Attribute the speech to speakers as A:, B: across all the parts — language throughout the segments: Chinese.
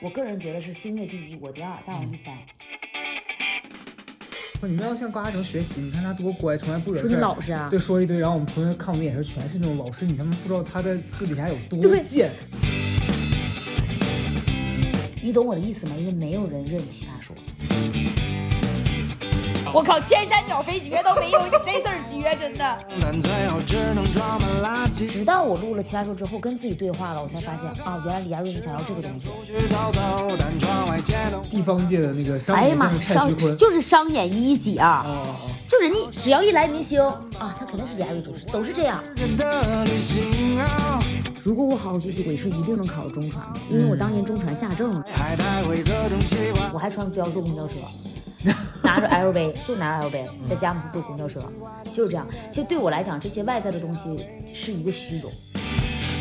A: 我个人觉得是新锐第一，我第二，大王第三。
B: 你们要向高嘉诚学习，你看他多乖，从来不惹
A: 说
B: 事
A: 你
B: 儿。
A: 老实啊，
B: 对，说一堆，然后我们同学看我们眼神全是那种老师，你他妈不知道他在私底下有多
A: 对
B: 贱。
A: 你懂我的意思吗？因为没有人认奇葩说。我靠，千山鸟飞绝都没有你这字儿绝，真的。
C: 但最后只能装满垃圾。
A: 直到我录了奇葩说之后，跟自己对话了，我才发现啊，原来李佳瑞是想要这个东西。
C: 出去走走，但窗外街灯。
B: 地方界的那个商
A: 哎呀
B: 演
A: 妈
B: 项，目蔡徐
A: 商
B: 坤，
A: 就是商演一姐啊，
B: 哦哦
A: 就人家只要一来明星啊，他肯定是李佳瑞组织，都是这样。
C: 时间的旅行啊，
A: 如果我好好学习，我是一定能考到中传的，因为我当年中传下证了，
C: 海带会各种奇怪。
A: 我还穿标坐公交车，拿 着 LV 就拿着
B: 嗯
A: LV 在佳木斯坐公交车，就是这样。其实对我来讲，这些外在的东西是一个虚荣。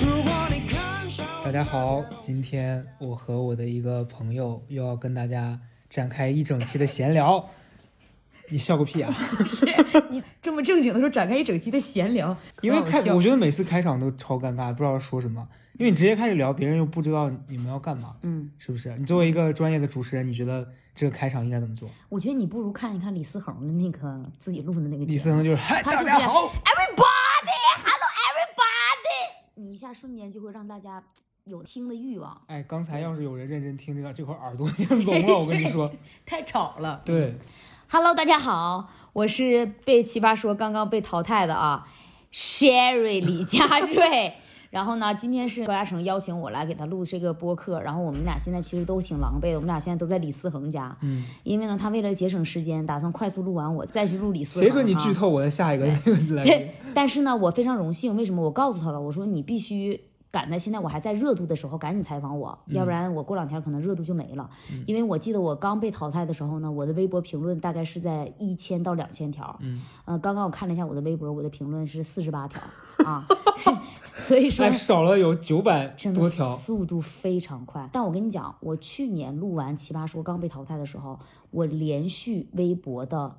C: 如果你看上
B: 哦。大家好，今天我和我的一个朋友又要跟大家展开一整期的闲聊。 你笑个屁啊！
A: 你这么正经的说，展开一整期的闲聊，
B: 因为开，我觉得每次开场都超尴尬，不知道说什么。因为你直接开始聊，别人又不知道你们要干嘛，
A: 嗯，
B: 是不是？你作为一个专业的主持人，你觉得这个开场应该怎么做？
A: 我觉得你不如看一看李思恒的那个自己录的那个节目。
B: 李斯恒就是嗨，
A: 他
B: 大
A: 是
B: 家
A: 这样
B: 好，
A: Everybody，Hello Everybody，你一下瞬间就会让大家有听的欲望，
B: 哎，刚才要是有人认真听这个，这块耳朵就聋 了。我跟你说，
A: 太吵了。
B: 对，
A: Hello，大家好，我是被奇葩说刚刚被淘汰的啊，Sherry 李佳 瑞。然后呢，今天是高嘉诚邀请我来给他录这个播客，然后我们俩现在其实都挺狼狈的，我们俩现在都在李思恒家，
B: 嗯，
A: 因为呢，他为了节省时间，打算快速录完我再去录李思恒、啊。
B: 谁准你剧透我的下一个来源？
A: 对，但是呢，我非常荣幸，为什么？我告诉他了，我说你必须赶在现在我还在热度的时候赶紧采访我，
B: 嗯
A: 要不然我过两天可能热度就没了。因为我记得我刚被淘汰的时候呢，我的微博评论大概是在一千到两千条，
B: 嗯，
A: 呃，刚刚我看了一下我的微博，我的评论是四十八条啊， 是，所以说
B: 哎，。少了有九百
A: 真
B: 多
A: 的
B: 条，
A: 速度非常快，但我跟你讲，我去年录完《奇葩说》刚被淘汰的时候，我连续微博的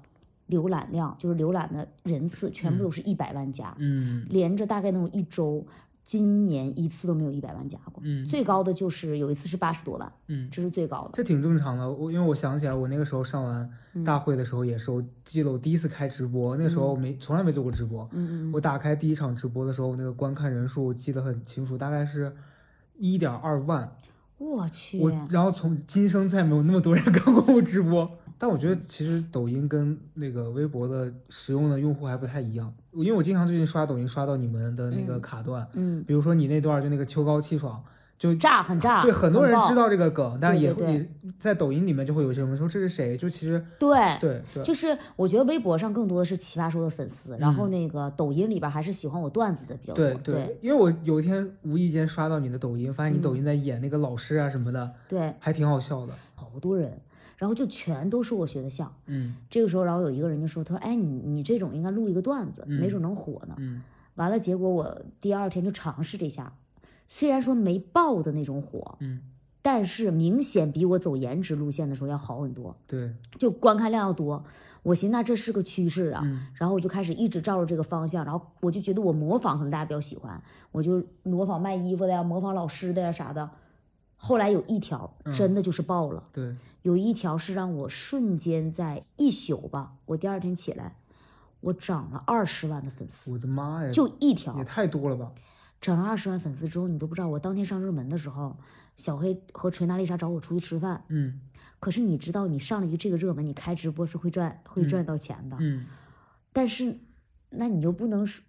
A: 浏览量，就是浏览的人次，全部都是一百万加。
B: 嗯
A: 连着大概能有一周，今年一次都没有一百万加过，
B: 嗯
A: 最高的就是有一次是八十多万，
B: 嗯，
A: 这是最高的。
B: 这挺正常的。我因为我想起来，我那个时候上
A: 嗯
B: 完大会的时候也是，我记得我第一次开直播，那时候没从来没做过直播。
A: 嗯嗯
B: 我打开第一场直播的时候，我那个观看人数我记得很清楚，大概是。一点二万，
A: 嗯，我去，
B: 我然后从今生再没有那么多人 看过我直播。 但我觉得其实抖音跟那个微博的使用的用户还不太一样，因为我经常最近刷抖音刷到你们的那个
A: 嗯
B: 卡段，
A: 嗯，
B: 比如说你那段儿就那个秋高气爽，就
A: 炸很炸，
B: 对，啊很多人
A: 爆
B: 知，道这个梗，但是也
A: 对对
B: 会也在抖音里面就会有些人说这是谁？就其实
A: 对。
B: 对对，
A: 就是我觉得微博上更多的是奇葩说的粉丝，然后那个抖音里边还是喜欢我段子的比较多。
B: 嗯对对，嗯因为我有一天无意间刷到你的抖音，发现你抖音在演那个老师啊什么的，
A: 对，
B: 还挺好笑的。
A: 好多人，然后就全都说我学的像。
B: 嗯
A: 这个时候，然后有一个人就说：“他说，哎，你你这种应该录一个段子，
B: 嗯
A: 没准能火呢。”
B: 嗯
A: 完了，结果我第二天就尝试了一下，虽然说没爆的那种火，
B: 嗯，
A: 但是明显比我走颜值路线的时候要好很多，
B: 对，
A: 就观看量要多。我寻思那这是个趋势啊，
B: 嗯
A: 然后我就开始一直照着这个方向，然后我就觉得我模仿可能大家比较喜欢，我就模仿卖衣服的呀，模仿老师的呀啥的。后来有一条
B: 嗯
A: 真的就是爆了，
B: 对，
A: 有一条是让我瞬间在一宿吧，我第二天起来，我涨了二十万的粉丝，
B: 我的妈呀，
A: 就一条
B: 也，太多了吧？
A: 涨了二十万粉丝之后，你都不知道，我当天上热门的时候，小黑和锤娜丽莎找我出去吃饭。
B: 嗯
A: 可是你知道，你上了一个这个热门，你开直播是会赚会赚到钱的。
B: 嗯，
A: 但是，那你又不能说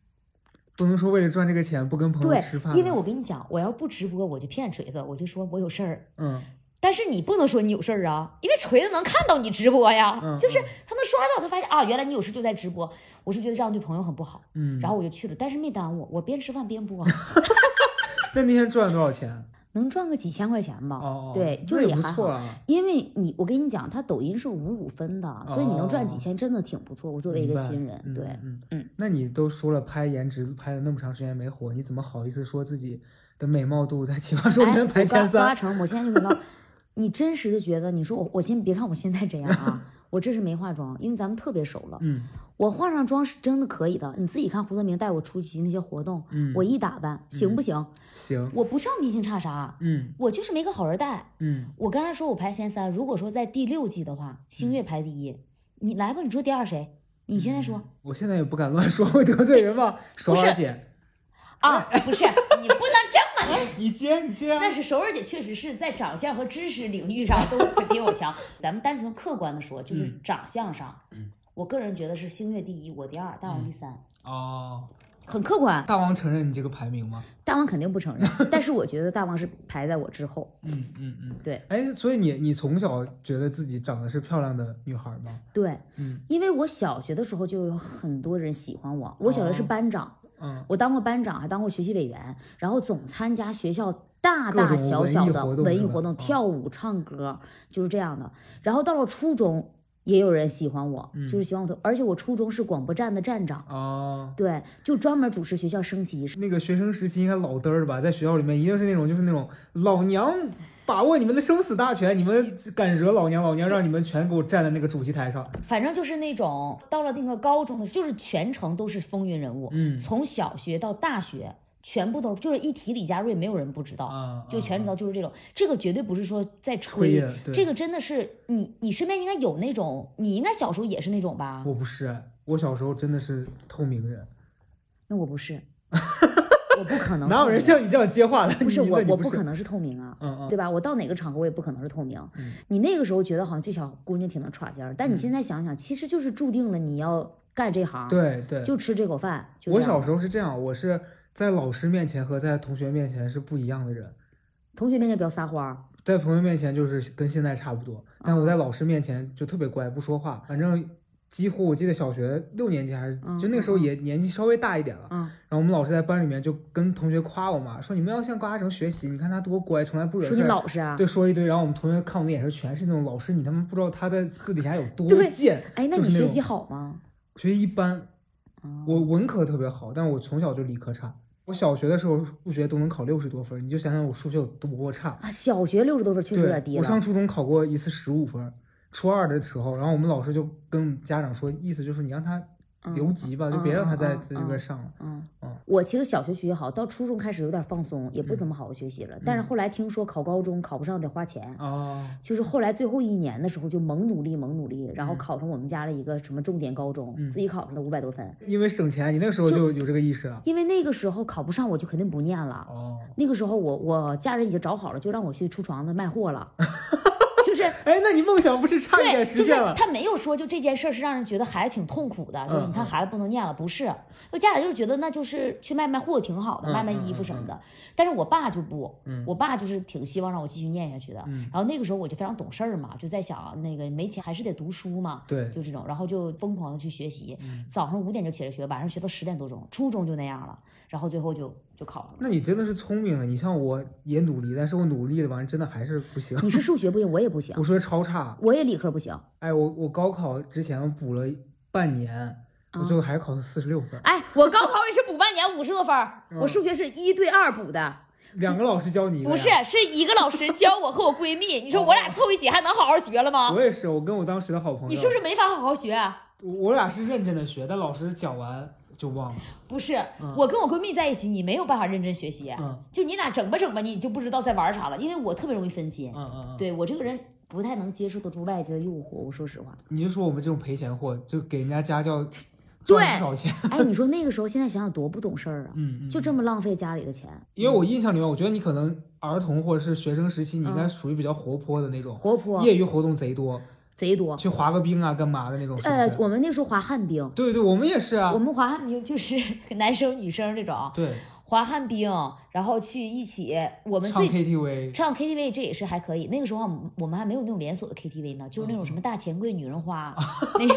B: 不能说为了赚这个钱不跟朋
A: 对
B: 友吃饭，
A: 因为我跟你讲，我要不直播，我就骗锤子，我就说我有事儿。
B: 嗯
A: 但是你不能说你有事儿啊，因为锤子能看到你直播呀，
B: 嗯
A: 就是
B: 嗯
A: 他能刷到，他发现啊，原来你有事就在直播。我是觉得这样对朋友很不好，
B: 嗯，
A: 然后我就去了，但是没耽误，我边吃饭边 播，
B: 那那天赚了多少钱？啊
A: 能赚个几千块钱吧。
B: 哦，
A: 对，就
B: 那
A: 是
B: 也不
A: 还好
B: 错。啊。
A: 因为你，我跟你讲，它抖音是五五分的，所以你能赚几
B: 哦
A: 千真的挺不错。我作为一个
B: 明白
A: 新人，
B: 嗯
A: 对，
B: 嗯
A: 嗯，
B: 那你都说了拍颜值拍了那么长时间没火，你怎么好意思说自己的美貌度在奇葩说里
A: 哎，
B: 面排前
A: 我高高
B: 三
A: 嘉？诚，我现在就跟他，你真实的觉得，你说我我先别看我现在这样啊，我这是没化妆，因为咱们特别熟了。
B: 嗯
A: 我化上妆是真的可以的，你自己看胡德明带我出席那些活动，
B: 嗯，
A: 我一打扮行不行？
B: 行，
A: 我不上明星差啥，
B: 嗯
A: 我就是没个好人带。
B: 嗯
A: 我刚才说我排前三，如果说在第六季的话，星
B: 嗯
A: 月排第一，你来吧，你说第二谁？你现在说、
B: 我现在也不敢乱说，会得罪人吧？首尔姐，嗯
A: 啊？不是，你不能这么。
B: 你接你接啊
A: 但是首尔姐确实是在长相和知识领域上都是比我强。咱们单纯客观的说，就是
B: 嗯
A: 长相上，
B: 嗯
A: 我个人觉得是星月第一，我第二，大王第三，
B: 哦，
A: 很客观。
B: 大王承认你这个排名吗？
A: 大王肯定不承认，但是我觉得大王是排在我之后。
B: 嗯嗯嗯，
A: 对。
B: 哎，所以你你从小觉得自己长得是漂亮的女孩吗？
A: 对，
B: 嗯
A: 因为我小学的时候就有很多人喜欢我，我小学是
B: 哦
A: 班长，
B: 嗯，
A: 我当过班长，还当过学习委员，然后总参加学校大
B: 各
A: 大
B: 种
A: 小
B: 文
A: 小
B: 艺
A: 的
B: 活动
A: 文
B: 是
A: 艺
B: 吧
A: 活动，
B: 哦
A: 跳舞、唱歌，就是这样的。然后到了初中，也有人喜欢我，
B: 嗯
A: 就是喜欢我的，而且我初中是广播站的站长，
B: 哦。
A: 对，就专门主持学校升旗仪式。
B: 那个学生时期应该老嘚儿了吧，在学校里面一定是那种就是那种老娘把握你们的生死大权，你们敢惹老娘，老娘让你们全给我站在那个主席台上。
A: 反正就是那种到了那个高中的，就是全程都是风云人物，
B: 嗯
A: 从小学到大学，全部都就是一提李佳瑞，没有人不知道。
B: 啊，
A: 就全知
B: 啊
A: 道，就是这种，这个绝对不是说在
B: 吹
A: 吹，
B: 的，对
A: 这个真的是你，你身边应该有那种，你应该小时候也是那种吧？
B: 我不是，我小时候真的是透明人，
A: 那我不 是，我不可能，
B: 哪有人？像你这样接话的？
A: 不是
B: 你
A: 我
B: 那，你
A: 我
B: 不
A: 不可
B: 是，
A: 能是透明啊，
B: 嗯嗯
A: 对吧？我到哪个场合我也不可能是透明。
B: 嗯
A: 你那个时候觉得好像这小姑娘挺能耍尖儿，但你现在想想，其实就是注定了你要干这行，，
B: 对对。
A: 就吃这口饭。就
B: 我
A: 这样
B: 小时候是这样，我是在老师面前和在同学面前是不一样的人，
A: 同学面前不要撒欢儿，
B: 在朋友面前就是跟现在差不多，但
A: 嗯
B: 我在老师面前就特别乖，不说话，反正。几乎我记得小学六年级还是
A: 嗯
B: 就那个时候也年纪稍微大一点了，
A: 嗯
B: 然后我们老师在班里面就跟同学夸我嘛，说你们要向高嘉诚学习，你看他多乖，从来不惹
A: 说你
B: 事儿，
A: 老实啊。
B: 对，说一堆，然后我们同学看我的眼神全是那种老师，你他妈不知道他在私底下有多
A: 对
B: 贱。
A: 哎，那
B: 就
A: 你学
B: 是那种
A: 习好吗？
B: 学习一般，
A: 啊
B: 我文科特别好，但我从小就理科差。我小学的时候数学都能考六十多分，你就想想我数学有多差。
A: 啊，小学六十多分确实有点
B: 对，
A: 低
B: 我上
A: 了。
B: 初中考过一次十五分，初二的时候，然后我们老师就跟家长说，意思就是你让他
A: 嗯
B: 留级吧，
A: 嗯
B: 就别让他再
A: 嗯嗯
B: 在这边上了。
A: 嗯
B: 嗯，
A: 我其实小学学习好，到初中开始有点放松，也不
B: 嗯
A: 怎么好好学习了。但是
B: 嗯
A: 后来听说考高中考不上得花钱，
B: 哦，
A: 就是后来最后一年的时候就猛努力猛努力，然后
B: 嗯
A: 考上我们家的一个什么重点高中，
B: 嗯
A: 自己考上了五百多分。
B: 因为省钱，你那个时候就有这个意识了。
A: 因为那个时候考不上，我就肯定不念了。
B: 哦，
A: 那个时候我我家人已经找好了，就让我去厨房的卖货 了，就是。
B: 哎，那你梦想不是差一
A: 对，
B: 点
A: 就
B: 实
A: 是
B: 现了？
A: 他没有说，就这件事儿是让人觉得孩子挺痛苦的，就是
B: 嗯
A: 你看
B: 嗯
A: 孩子不能念了，不是，就家长就是觉得那就是去卖卖货挺好的，
B: 嗯
A: 卖卖
B: 嗯
A: 衣服
B: 嗯
A: 什么
B: 嗯
A: 的。但是我爸就不，
B: 嗯
A: 我爸就是挺希望让我继续念下去的。
B: 嗯
A: 然后那个时候我就非常懂事儿嘛，就在想那个没钱还是得读书嘛，
B: 对，
A: 就这种，然后就疯狂的去学习，
B: 嗯
A: 早上五点就起来学，晚上学到十点多钟，初中就那样了，然后最后就就考上了。
B: 那你真的是聪明的，你像我也努力，但是我努力的完真的还是不行，
A: 你是数学不行，我也不行
B: 我，数学超差。
A: 我也理科不行。
B: 哎，我我高考之前补了半年，我
A: 嗯
B: 最后还是考了四十六分。
A: 哎，我高考也是补半年五十多分儿，
B: 嗯
A: 我数学是一对二补的。
B: 啊两个老师教你一个
A: 不是
B: 呀，，
A: 是一个老师教我和我闺 蜜。你说我俩凑一起还能好好学了吗
B: 哦我？也是，我跟我当时的好朋友，
A: 你是不是没法好好学？啊
B: 我俩是认真的学，但老师讲完就忘了。
A: 不是
B: 嗯，
A: 我跟我闺蜜在一起，你没有办法认真学习，
B: 嗯
A: 就你俩整吧整吧，你就不知道在玩啥了。因为我特别容易分心
B: 嗯，嗯嗯，
A: 对我这个人不太能接受得住外界的诱惑。我说实话，
B: 你就说我们这种赔钱货，就给人家家教
A: 对
B: 赚不少钱。
A: 哎，你说那个时候，现在想想多不懂事儿啊，
B: 嗯，嗯
A: 就这么浪费家里的钱，
B: 因为我印象里面，我觉得你可能儿童或者是学生时期，你应该
A: 嗯
B: 属于比较活泼的那种，
A: 活泼
B: 业余活动贼多，
A: 贼多。
B: 去滑个冰啊，干嘛的那种，是不
A: 呃
B: 是？，
A: 我们那时候滑旱冰，
B: 对对，我们也是啊
A: 我。们滑旱冰就是 男生女生这种
B: 对，
A: 滑旱冰，然后去一起，我们
B: 唱
A: 最
B: KTV，
A: 唱 KTV 这也是还可以，那个时候啊我们还没有那种连锁的 KTV 呢，就是那种什么
B: 嗯
A: 大钱柜、女人 花，那个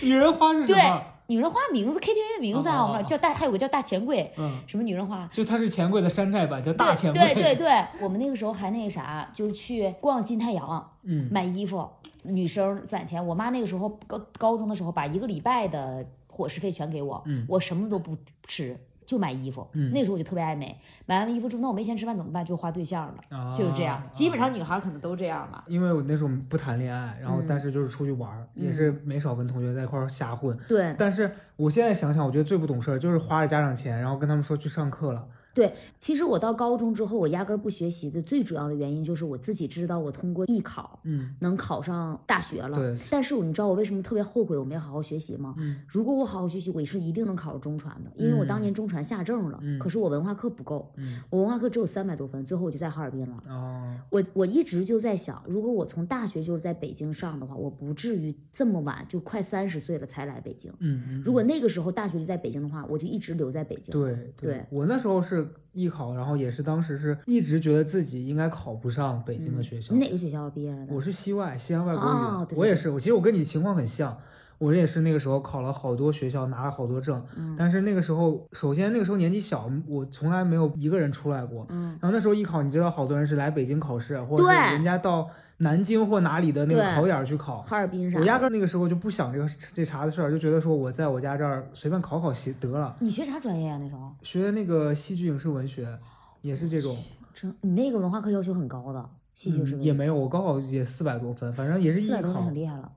B: 女人花是什
A: 对
B: 么？，
A: 女人花名字 KTV 的名字
B: 哦
A: 啊，
B: 哦哦
A: 我们叫大，还有个叫大钱柜，
B: 嗯，
A: 什么女人花。
B: 就它是钱柜的山寨版，叫大钱
A: 对
B: 柜。
A: 对对，对，我们那个时候还那个啥，就去逛金太阳
B: 嗯，
A: 买衣服，女生攒钱。我妈那个时候高高中的时候，把一个礼拜的伙食费全给我，
B: 嗯
A: 我什么都不吃，就买衣服，
B: 嗯
A: 那时候我就特别爱美。买完了衣服之后，那我没钱吃饭怎么办？就花对象了，
B: 啊
A: 就是这样。基本上女孩可能都这样吧。
B: 因为我那时候不谈恋爱，然后
A: 嗯
B: 但是就是出去玩儿，也
A: 嗯
B: 是没少跟同学在一块儿瞎混。
A: 对
B: 但是我现在想想，我觉得最不懂事儿就是花了家长钱，然后跟他们说去上课了。
A: 对，其实我到高中之后，我压根儿不学习的最主要的原因就是我自己知道我通过艺考
B: 嗯，
A: 能考上大学了。
B: 对，
A: 但是你知道我为什么特别后悔我没有好好学习吗？
B: 嗯
A: 如果我好好学习，我是一定能考上中传的，因为我当年中传下证了，
B: 嗯
A: 可是我文化课不够，
B: 嗯，
A: 我文化课只有三百多分，最后我就在哈尔滨了。
B: 哦，
A: 我我一直就在想，如果我从大学就是在北京上的话，我不至于这么晚就快三十岁了才来北京。
B: 嗯，嗯
A: 如果那个时候大学就在北京的话，我就一直留在北京。嗯
B: 对
A: 对
B: 我那时候是艺考，然后也是当时是一直觉得自己应该考不上北京的学校。
A: 你哪个学校毕业了的
B: 我？是西外西安外国语，
A: 哦对对
B: 我也
A: 对
B: 是，我其实我跟你情况很像。我也是那个时候考了好多学校，拿了好多证，
A: 嗯
B: 但是那个时候，首先那个时候年纪小，我从来没有一个人出来过。
A: 嗯，
B: 然后那时候艺考，你知道好多人是来北京考试，或者是
A: 对
B: 人家到南京或哪里的那个
A: 对啊
B: 考点儿去考。
A: 哈尔滨啥
B: 我压
A: 的？
B: 根儿那个时候就不想这个这茬子事儿，就觉得说我在我家这儿随便考考习得了。
A: 你学啥专业呀、啊那时候
B: 学那个戏剧影视文学，也是这种，
A: 真，你那个文化课要求很高的，戏剧是
B: 嗯
A: 不
B: 也
A: 是？
B: 没有，我高考也四百多分，反正也是艺
A: 四百多分
B: 考
A: 很。厉 害了，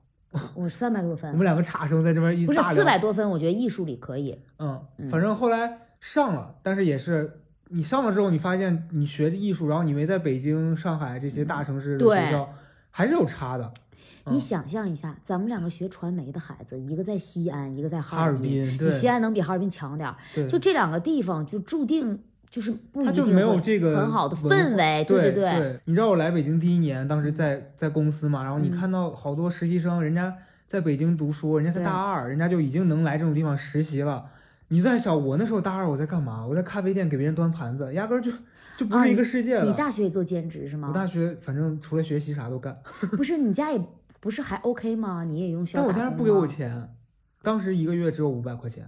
A: 我三百多
B: 我
A: 分
B: 们，两个差生在这边一
A: 嗯不是
B: 大聊
A: 四百，多分，我觉得艺术里可以。
B: 嗯，
A: 嗯
B: 反正后来上了，但是也是你上了之后，你发现你学艺术，然后你没在北京、上海这些大城市的
A: 对
B: 学校，还是有差的。嗯
A: 你想象一下，咱们两个学传媒的孩子，一个在西安，一个在
B: 哈
A: 尔
B: 尔滨，对
A: 你，西安能比哈尔滨强点儿，
B: 对，
A: 就这两个地方就注定就是不
B: 他
A: 一
B: 就
A: 定
B: 没有
A: 会
B: 这个
A: 很好的
B: 文
A: 氛
B: 化
A: 围，对
B: 对
A: 对，
B: 你知道我来北京第一年，当时在在公司嘛，然后你
A: 嗯
B: 看到好多实习生，人家在北京读书，人家才
A: 对
B: 大二，人家就已经能来这种地方实习了。你就在想，我那时候大二我在干嘛？我在咖啡店给别人端盘子，压根儿就就不
A: 啊
B: 是一个世界
A: 你
B: 了。
A: 大学也做兼职是
B: 我
A: 吗？
B: 大学反正除了学习啥都干，
A: 不是，你家也不是还 OK 吗？你也用学校
B: 但我
A: 打
B: 家人
A: 工
B: 不给我
A: 吗，
B: 钱，当时一个月只有五百块钱，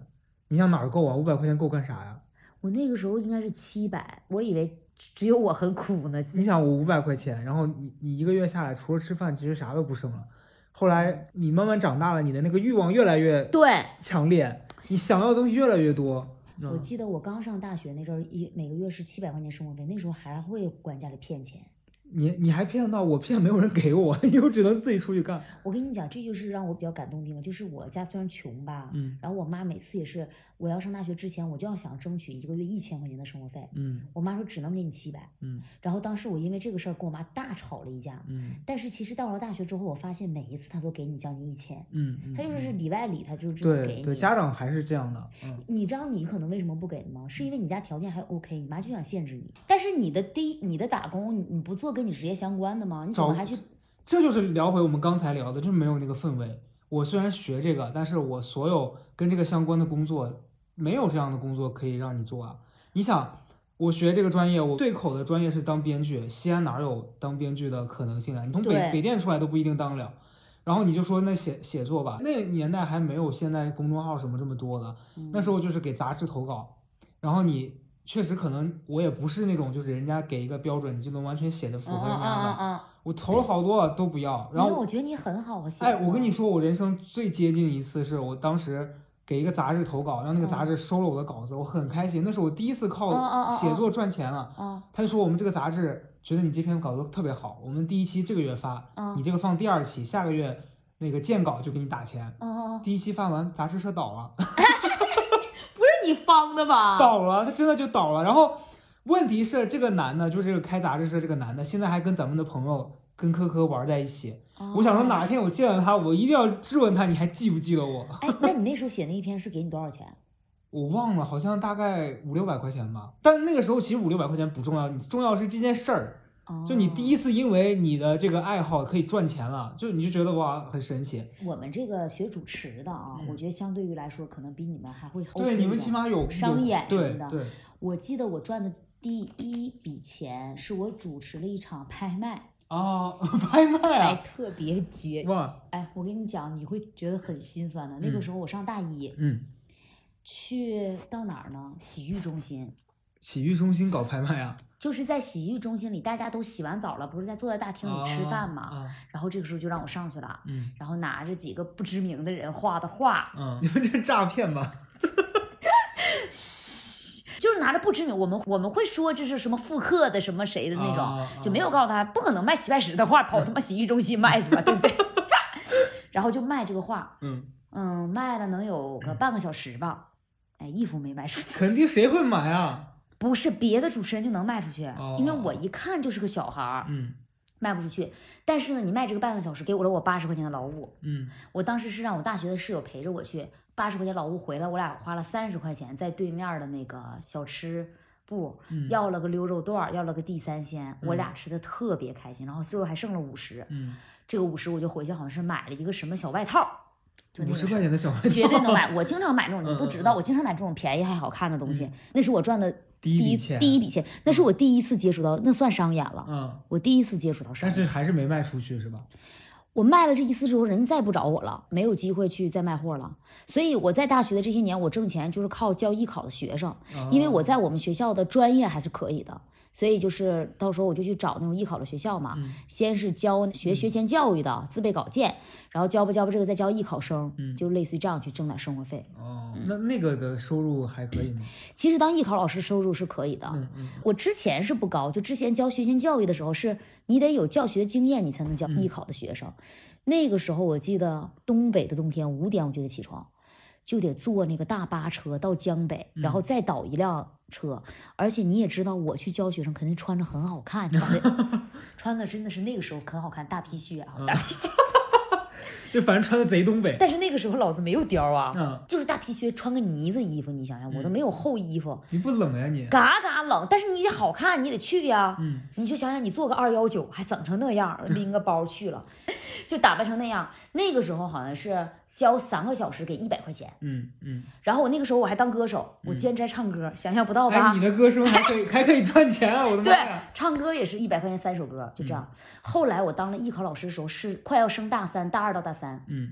B: 你想哪儿够啊？五百块钱够干啥呀？
A: 我那个时候应该是七百，我以为只只有我很苦呢。
B: 你想我五百块钱，然后你你一个月下来，除了吃饭，其实啥都不剩了。后来你慢慢长大了，你的那个欲望越来越
A: 对，
B: 强烈，你想要的东西越来越多。
A: 我
B: 嗯，
A: 记得我刚上大学那阵儿，一每个月是七百块钱生活费，那时候还会管家里骗钱。
B: 你你还骗得到我，骗没有人给我， 因为我只能自己出去干。
A: 我跟你讲，这就是让我比较感动的地方，就是我家虽然穷吧，
B: 嗯
A: 然后我妈每次也是，我要上大学之前，我就要想争取一个月一千块钱的生活费，
B: 嗯
A: 我妈说只能给你七百。
B: 嗯
A: 然后当时我因为这个事儿跟我妈大吵了一架。
B: 嗯
A: 但是其实到了大学之后，我发现每一次她都给你将近一千，
B: 嗯，嗯
A: 她就是
B: 嗯
A: 里外里她就是这么给
B: 对
A: 你。
B: 对，家长还是这样的。嗯，
A: 你知道你可能为什么不给吗？是因为你家条件还 OK，你妈就想限制你。但是你的第一，你的打工，你你不做跟你职业相关的吗？你怎么
B: 找
A: 还去？
B: 这就是聊回我们刚才聊的，就是没有那个氛围。我虽然学这个，但是我所有跟这个相关的工作，没有这样的工作可以让你做啊。你想，我学这个专业，我对口的专业是当编剧，西安哪有当编剧的可能性啊？你从北
A: 对
B: 北电出来都不一定当得了。然后你就说那写写作吧，那年代还没有现在公众号什么这么多的，
A: 嗯
B: 那时候就是给杂志投稿，然后你确实可能我也不是那种就是人家给一个标准你就能完全写的符
A: 嗯
B: 合
A: 嗯
B: 人家的，
A: 嗯嗯
B: 我投了好多啊都不要，
A: 嗯，
B: 然
A: 因为
B: 后
A: 我觉得你很好啊，写
B: 哎，
A: 作
B: 我跟你，说，我人生最接近一次是我当时给一个杂志投稿，让那个杂志收了我的稿子，我很开心，那是我第一
A: 嗯
B: 次
A: 哦哦
B: 靠
A: 哦哦
B: 写作赚钱了。
A: 啊
B: 他就说我们这个杂志觉得你这篇稿子特别好，我们第一期这个月发，
A: 啊
B: 你这个放第二期，下个月那个建稿就给你打钱。
A: 哦哦，
B: 第一期发完，杂志社倒了，
A: 不是你方的吧？
B: 倒了，他真的就倒了。然后问题是这个男的，就是这个开杂志社这个男的，现在还跟咱们的朋友跟科科玩在一起。
A: 哦啊
B: 我想说哪一天我见到他，我一定要质问他，你还记不记得我？
A: 哎，那你那时候写那一篇是给你多少钱？
B: 我忘了，好像大概五六百块钱吧。但那个时候其实五六百块钱不重要，你重要是这件事儿。
A: 哦
B: 就你第一次因为你的这个爱好可以赚钱了，就你就觉得哇很神奇。
A: 我们这个学主持的啊，
B: 嗯
A: 我觉得相对于来说，可能比你们还会 OK
B: 对，你
A: 的
B: 们起码有
A: 商
B: 有
A: 演什
B: 对
A: 么的
B: 对，
A: 我记得我赚的第一笔钱是我主持了一场拍卖，
B: 啊， 拍卖
A: 哎，
B: 啊，
A: 特别绝。
B: 哇，
A: 哎，我跟你讲，你会觉得很心酸的。那
B: 嗯
A: 个时候我上大一，
B: 嗯，
A: 去到哪儿呢？洗浴中心，
B: 洗浴中心搞拍卖啊，
A: 就是在洗浴中心里，大家都洗完澡了，不是在坐在大厅里吃饭
B: 嘛，
A: 嘛？
B: 啊
A: 然后这个时候就让我上去了，
B: 嗯啊
A: 然后拿着几个不知 名的人画的画，
B: 嗯，你们这诈骗吧？
A: 就是拿着不知名，我们我们会说这是什么复刻的什么谁的那种，
B: 啊
A: 就没有告诉他不可能卖齐白石的画跑他妈洗浴中心卖去吧，对不对？然后就卖这个画，
B: 嗯，
A: 嗯，卖了能有个半个小时吧，哎，一幅没卖出去。
B: 肯定谁会买啊？
A: 不是别的主持人就能卖出去，
B: 哦
A: 因为我一看就是个小孩儿，
B: 嗯
A: 卖不出去。但是呢，你卖这个半个小时，给我了我八十块钱的劳务。
B: 嗯，
A: 我当时是让我大学的室友陪着我去，八十块钱老吴回来，我俩花了三十块钱在对面的那个小吃部、
B: 嗯
A: 要了个溜肉段儿，要了个地三鲜，我俩吃的特别开心，然后最后还剩了五十，
B: 嗯，
A: 这个五十我就回去好像是买了一个什么小外套儿，就那
B: 五
A: 个
B: 十
A: 是
B: 块钱的小孩
A: 绝对 能买，我经常买这种，你
B: 嗯
A: 都
B: 嗯
A: 知道，
B: 嗯
A: 我经常买这种便宜还好看的东西
B: 嗯，
A: 那是我赚的
B: 第一
A: 第一
B: 笔钱，
A: 第一笔钱，那是我第一次接触到，那算商演了。
B: 嗯，
A: 我第一次接触到商
B: 但
A: 演，
B: 是还是没卖出去是吧？
A: 我卖了这一次之后，人再不找我了，没有机会去再卖货了。所以我在大学的这些年，我挣钱就是靠教艺考的学生，
B: 哦
A: 因为我在我们学校的专业还是可以的，所以就是到时候我就去找那种艺考的学校嘛，
B: 嗯
A: 先是教学学前教育的自备稿件，然后教吧教吧这个再教艺考生，
B: 嗯
A: 就类似于这样去挣点生活费。
B: 哦，那那个的收入还可以吗？
A: 其实当艺考老师收入是可以的，
B: 嗯嗯
A: 我之前是不高，就之前教学前教育的时候，是你得有教学经验，你才能
B: 嗯
A: 教艺考的学生。那个时候我记得东北的冬天五点我就得起床，就得坐那个大巴车到江北，然
B: 嗯
A: 后再倒一辆车。而且你也知道，我去教学生肯定穿着很好看，穿 的穿的真的是那个时候很好看，大皮靴啊，
B: 嗯
A: 大皮靴。
B: 就反正穿的贼东北，
A: 但是那个时候老子没有貂啊，
B: 嗯，
A: 就是大皮靴，穿个呢子衣服，你想想，我都没有厚衣服。
B: 你不冷呀你？
A: 嘎嘎冷，但是你得好看，你得去呀。
B: 嗯，
A: 你就想想，你做个二幺九，还整成那样，拎个包去了， 就打扮成那样。那个时候好像是教三个小时给一百块钱，
B: 嗯嗯，
A: 然后我那个时候我还当歌手，我兼差唱歌，想象不到吧？
B: 哎，你的歌声还可以，还可以赚钱啊！我的妈
A: 对
B: 呀！，嗯
A: 唱歌也是一百块钱三首歌，就这样。后来我当了艺考老师的时候，是快要升大三，大二到大三，
B: 嗯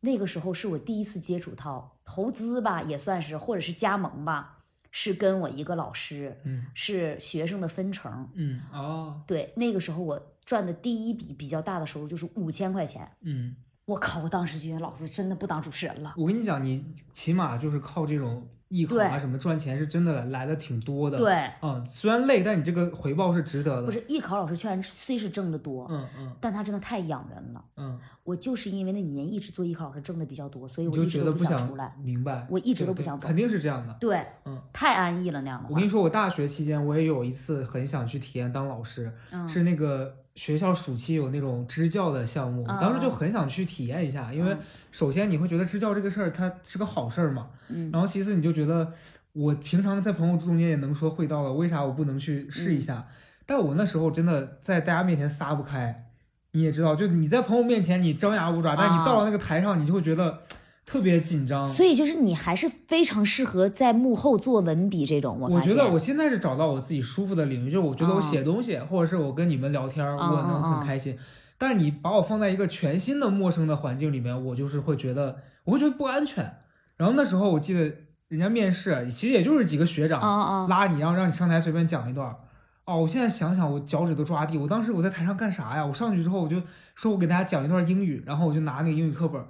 A: 那个时候是我第一次接触到投资吧，也算是，或者是加盟吧，是跟我一个老师，
B: 嗯
A: 是学生的分成。
B: 嗯，哦，
A: 对，那个时候我赚的第一笔比较大的收入就是五千块钱。
B: 嗯。
A: 我靠！我当时觉得老子真的不当主持人了。
B: 我跟你讲，你起码就是靠这种艺考啊
A: 对
B: 什么赚钱，是真的来的挺多的。，
A: 对，
B: 嗯，虽然累，但你这个回报是值得的。
A: 不，是艺考老师，虽然虽是挣得多，
B: 嗯嗯
A: 但他真的太养人了。
B: 嗯，
A: 我就是因为那几年一直做艺考老师，挣的比较多，所以
B: 你
A: 我
B: 就
A: 一直
B: 觉
A: 都
B: 得
A: 不
B: 想
A: 想出来。
B: 明白，
A: 我一直都不
B: 对
A: 想走
B: 肯定是这样的。
A: 对，
B: 嗯
A: 太安逸了那样的
B: 我
A: 话
B: 跟你。说，我大学期间我也有一次很想去体验当老师，
A: 嗯，
B: 是那个学校暑期有那种支教的项目，
A: 嗯
B: 当时就很想去体验一下，因为
A: 嗯
B: 首先你会觉得支教这个事儿它是个好事儿嘛，
A: 嗯
B: 然后其次你就觉得我平常在朋友中间也能说会道了，为啥我不能去试
A: 嗯
B: 一下？但我那时候真的在大家面前撒不开，你也知道，就你在朋友面前你张牙舞爪，但
A: 啊
B: 你到了那个台上，你就会觉得特别紧张。
A: 所以就是你还是非常适合在幕后做文笔这种。
B: 我
A: 发
B: 觉
A: 现，
B: 得我现在是找到我自己舒服的领域，就是我觉得我
A: 啊
B: 写东西，或者是我跟你们聊天儿，
A: 啊
B: 我
A: 啊
B: 能
A: 啊
B: 很开心。但你把我放在一个全新的陌生的环境里面，我就是会觉得，我会觉得不安全。然后那时候我记得人家面试，其实也就是几个学长
A: 啊啊，
B: 拉你，然后让你上台随便讲一段儿。哦，我现在想想，我脚趾都抓地。我当时我在台上干啥呀？我上去之后，我就说我给大家讲一段英语，然后我就拿那个英语课本儿，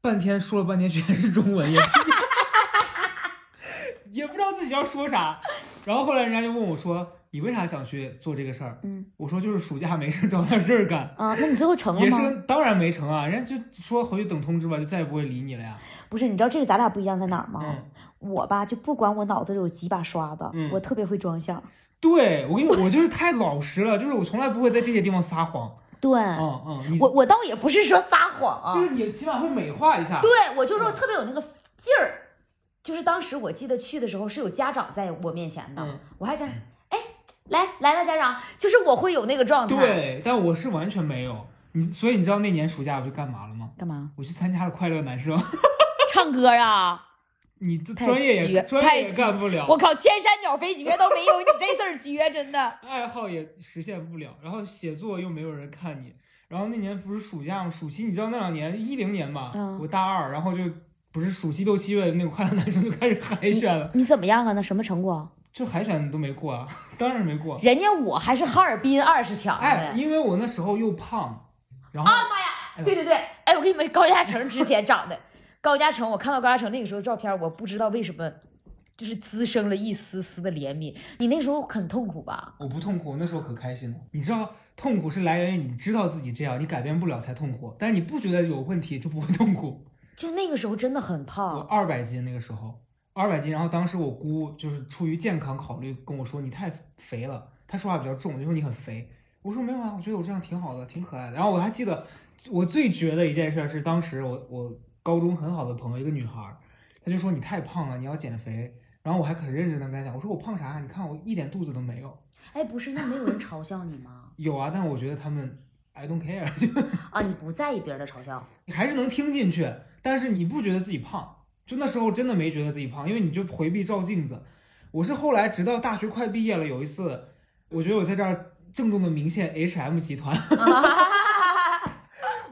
B: 半天说了半天全是 中文，也也不知道自己要说啥。然后后来人家就问我说：“你为啥想去做这个事儿
A: 嗯？”
B: 我说：“就是暑假没事儿找点事儿干。”
A: 啊，那你最后成了
B: 也
A: 吗？
B: 是当然没成啊，人家就说回去等通知吧，就再也不会理你了呀。
A: 不是，你知道这个咱俩不一样在哪儿吗？
B: 嗯，
A: 我吧，就不管我脑子里有几把刷子，
B: 嗯
A: 我特别会装像。
B: 对我跟你，我就是太老实了，就是我从来不会在这些地方撒谎。
A: 对，
B: 嗯嗯，你
A: 我我倒也不哦是说撒谎
B: 就
A: 啊，
B: 是你起码会美化一下。
A: 对我就说特别有那个劲儿。就是当时我记得去的时候是有家长在我面前的，
B: 嗯
A: 我还想，哎，来来了家长，就是我会有那个状态。，
B: 对，但我是完全没有。你所以你知道那年暑假我去干嘛了吗？
A: 干嘛？
B: 我去参加了快乐男生。
A: 唱歌啊！
B: 你这
A: 太
B: 专业
A: 绝
B: 也专业
A: 太
B: 也
A: 绝
B: 干不了，
A: 我靠，千山鸟飞绝都没有你这事儿绝，真的。
B: 爱好也实现不了，然后写作又没有人看你。然后那年不是暑假吗？暑期你知道那两年一零年吧，
A: 嗯
B: 我大二，然后就不是暑期六七月那个快乐男生就开始海选了，
A: 你怎么样啊？那什么成果？
B: 就海选都没过啊， 当然没过。
A: 人家我还是哈尔滨二十强
B: 哎，
A: 呢。
B: 因为我那时候又胖，然后
A: 啊妈呀！对对对，哎，我跟你们，高嘉诚之前长的，高嘉诚，我看到高嘉诚那个时候照片，我不知道为什么就是滋生了一丝丝的怜悯。你那时候很痛苦吧？
B: 我不痛苦，我那时候可开心了。你知道，痛苦是来源于你知道自己这样，你改变不了才痛苦。但你不觉得有问题就不会痛苦。
A: 就那个时候真的很
B: 我
A: 胖，
B: 二百斤那个时候，二百斤。然后当时我姑就是出于健康考虑跟我说：“你太肥了。”她说话比较重，就说你很肥。我说没有啊，我觉得我这样挺好的，挺可爱的。然后我还记得我最绝的一件事是，当时我我高中很好的朋友一个女孩儿，她就说你太胖了，你要减肥。然后我还很认真的跟她讲，我说我胖啥呀？你看我一点肚子都没有。
A: 哎，不是，那没有人嘲笑你 吗？
B: 有啊，但我觉得他们 I don't care，
A: 啊，你不在意别人的嘲笑，
B: 你还是能听进去，但是你不觉得自己胖，就那时候真的没觉得自己胖，因为你就回避照镜子。我是后来直到大学快毕业了，有一次，我觉得我在这儿郑重的明现 H&M 集团，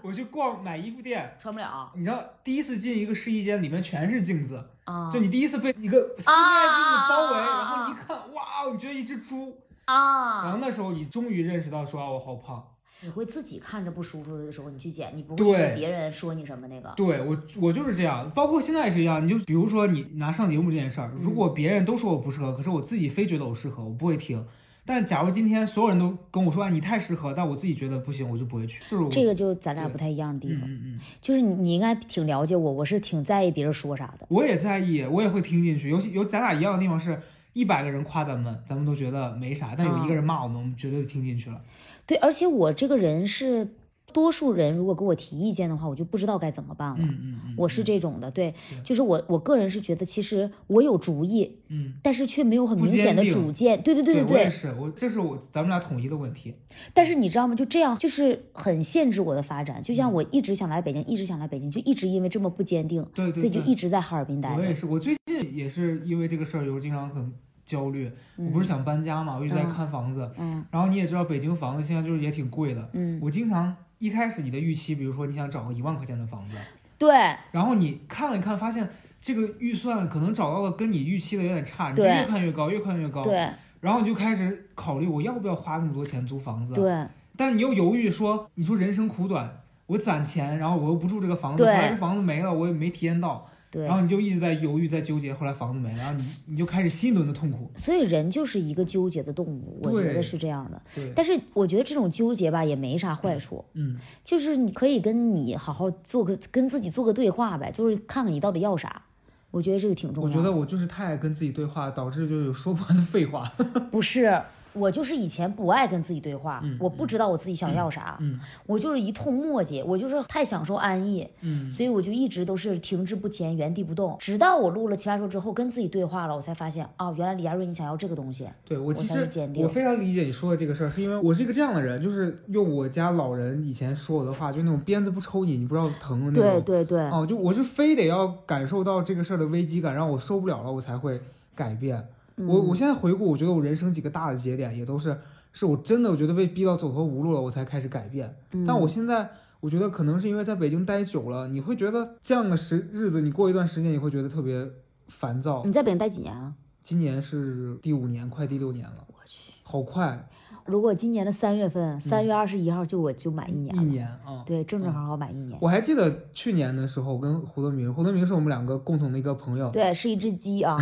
B: 我去逛买衣服店，
A: 穿不了
B: 你知道第一次进一个试衣间，里面全是镜子，
A: 啊
B: 就你第一次被一个四面镜子包围，
A: 啊啊啊啊
B: 然后你一看，哇，你觉得一只猪，然
A: 啊
B: 后，那时候你终于认识到说啊，我好胖。
A: 你会自己看着不舒服的时候你去减，你不会
B: 对
A: 因为别人说你什么那个。
B: 对我，我就是这样，包括现在也是一样。你就比如说你拿上节目这件事儿，如果
A: 嗯
B: 别人都说我不适合，可是我自己非觉得我适合，我不会听。但假如今天所有人都跟我说啊你太适合，但我自己觉得不行，我就不会去。就是我
A: 这个就咱俩
B: 对
A: 不太一样的地
B: 嗯
A: 方，
B: 嗯嗯，
A: 就是你你应该挺了解我，我是挺在意别人说啥的。
B: 我也在意，我也会听进去。尤其有咱俩一样的地方是，一百个人夸咱们，咱们都觉得没啥，但有一个人
A: 嗯
B: 骂我们，我们绝对听进去了。
A: 对，而且我这个人是，多数人如果给我提意见的话，我就不知道该怎么办了。
B: 嗯嗯嗯，
A: 我是这种的，对，
B: 对
A: 就是我我个人是觉得，其实我有主意，
B: 嗯，
A: 但是却没有很
B: 不
A: 明显的
B: 坚定
A: 主见。对对对
B: 我也
A: 对，
B: 是，我这是我咱们俩统一的问题。
A: 但是你知道吗？就这样，就是很限制我的发展。就像
B: 嗯
A: 我一直想来北京，一直想来北京，就一直因为这么不坚定，
B: 对对
A: 所以就
B: 对
A: 一直在哈尔滨待
B: 我也
A: 着。
B: 是，我最近也是因为这个事儿，有时候经常很焦虑。我不是想搬家嘛，我一直在
A: 嗯
B: 看房子。
A: 嗯
B: 然后你也知道，北京房子现在就是也挺贵的。
A: 嗯，
B: 我经常一开始你的预期，比如说你想找个一万块钱的房子，
A: 对
B: 然后你看了一看，发现这个预算可能找到了跟你预期的有点差，你就
A: 对
B: 越看越高，越看越高。
A: 对
B: 然后你就开始考虑我要不要花那么多钱租房子。
A: 对
B: 但你又犹豫说，你说人生苦短，我攒钱，然后我又不住这个房子，后
A: 对
B: 来这房子没了，我也没体验到。
A: 对
B: 然，后你就一直在犹豫，在纠结，后来房子没了，然后你你就开始新一轮的痛苦。
A: 所以人就是一个纠结的动物，我觉
B: 对
A: 得是这样的。
B: 对，
A: 但是我觉得这种纠结吧，也没啥坏处。
B: 嗯，
A: 就是你可以跟你好好做个跟自己做个对话呗，就是看看你到底要啥。我觉得这个挺重
B: 我
A: 要的。
B: 觉得我就是太爱跟自己对话，导致就是有说不完的 废话。
A: 不是，我就是以前不爱跟自己对话，
B: 嗯
A: 我不知道我自己想要啥，
B: 嗯
A: 我就是一通磨叽，我就是太享受安逸，
B: 嗯，
A: 所以我就一直都是停滞不前，原地不动。直到我录了《奇葩说》之后，跟自己对话了，我才发现啊，原来李佳瑞你想要这个东西。
B: 对我其
A: 我才
B: 实
A: 是坚定
B: 我非常理解你说的这个事儿，是因为我是一个这样的人，就是用我家老人以前说我的话，就那种鞭子不抽你，你不知道疼的那
A: 对
B: 种。
A: 对对，
B: 哦，就我是非得要感受到这个事儿的危机感，让我受不了了，我才会改变。
A: 嗯
B: 我我现在回顾，我觉得我人生几个大的节点也都是，是我真的我觉得被逼到走投无路了，我才开始改变。
A: 嗯
B: 但我现在我觉得可能是因为在北京待久了，你会觉得这样的时日子，你过一段时间你会觉得特别烦躁。
A: 你在北京待几年啊？
B: 今年是第五年，快第六年了，
A: 我去，
B: 好快，
A: 如果今年的三月份，
B: 嗯
A: 三月二十一号就我就满一年
B: 一
A: 了，
B: 年啊！
A: 对，正正好好满一年。
B: 我还记得去年的时候，我跟胡德明，胡德明是我们两个共同的一个朋友，
A: 对，是一只鸡 啊。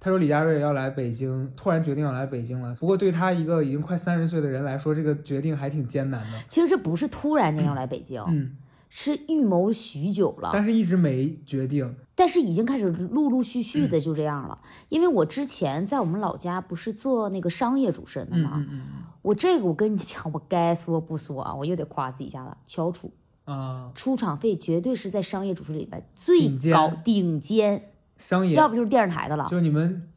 B: 他说李佳瑞要来北京，突然决定要来北京了。不过对他一个已经快三十岁的人来说，这个决定还挺艰难的。
A: 其实这不是突然间要来北京，
B: 嗯，
A: 是预谋许久了，但
B: 但是一直没决定。
A: 是已经开始陆陆续
B: 嗯
A: 续的就这样了。因为我之前在我们老家不是做那个商业主持人的
B: 嗯
A: 嘛，
B: 嗯嗯
A: 我这个我跟你讲，我该说不说啊，我又得夸自己一下了。乔楚
B: 嗯啊，
A: 出场费绝对是在商业主持里边最
B: 顶尖
A: 高顶尖，
B: 商业
A: 要不就是电视台的了。
B: 就是你们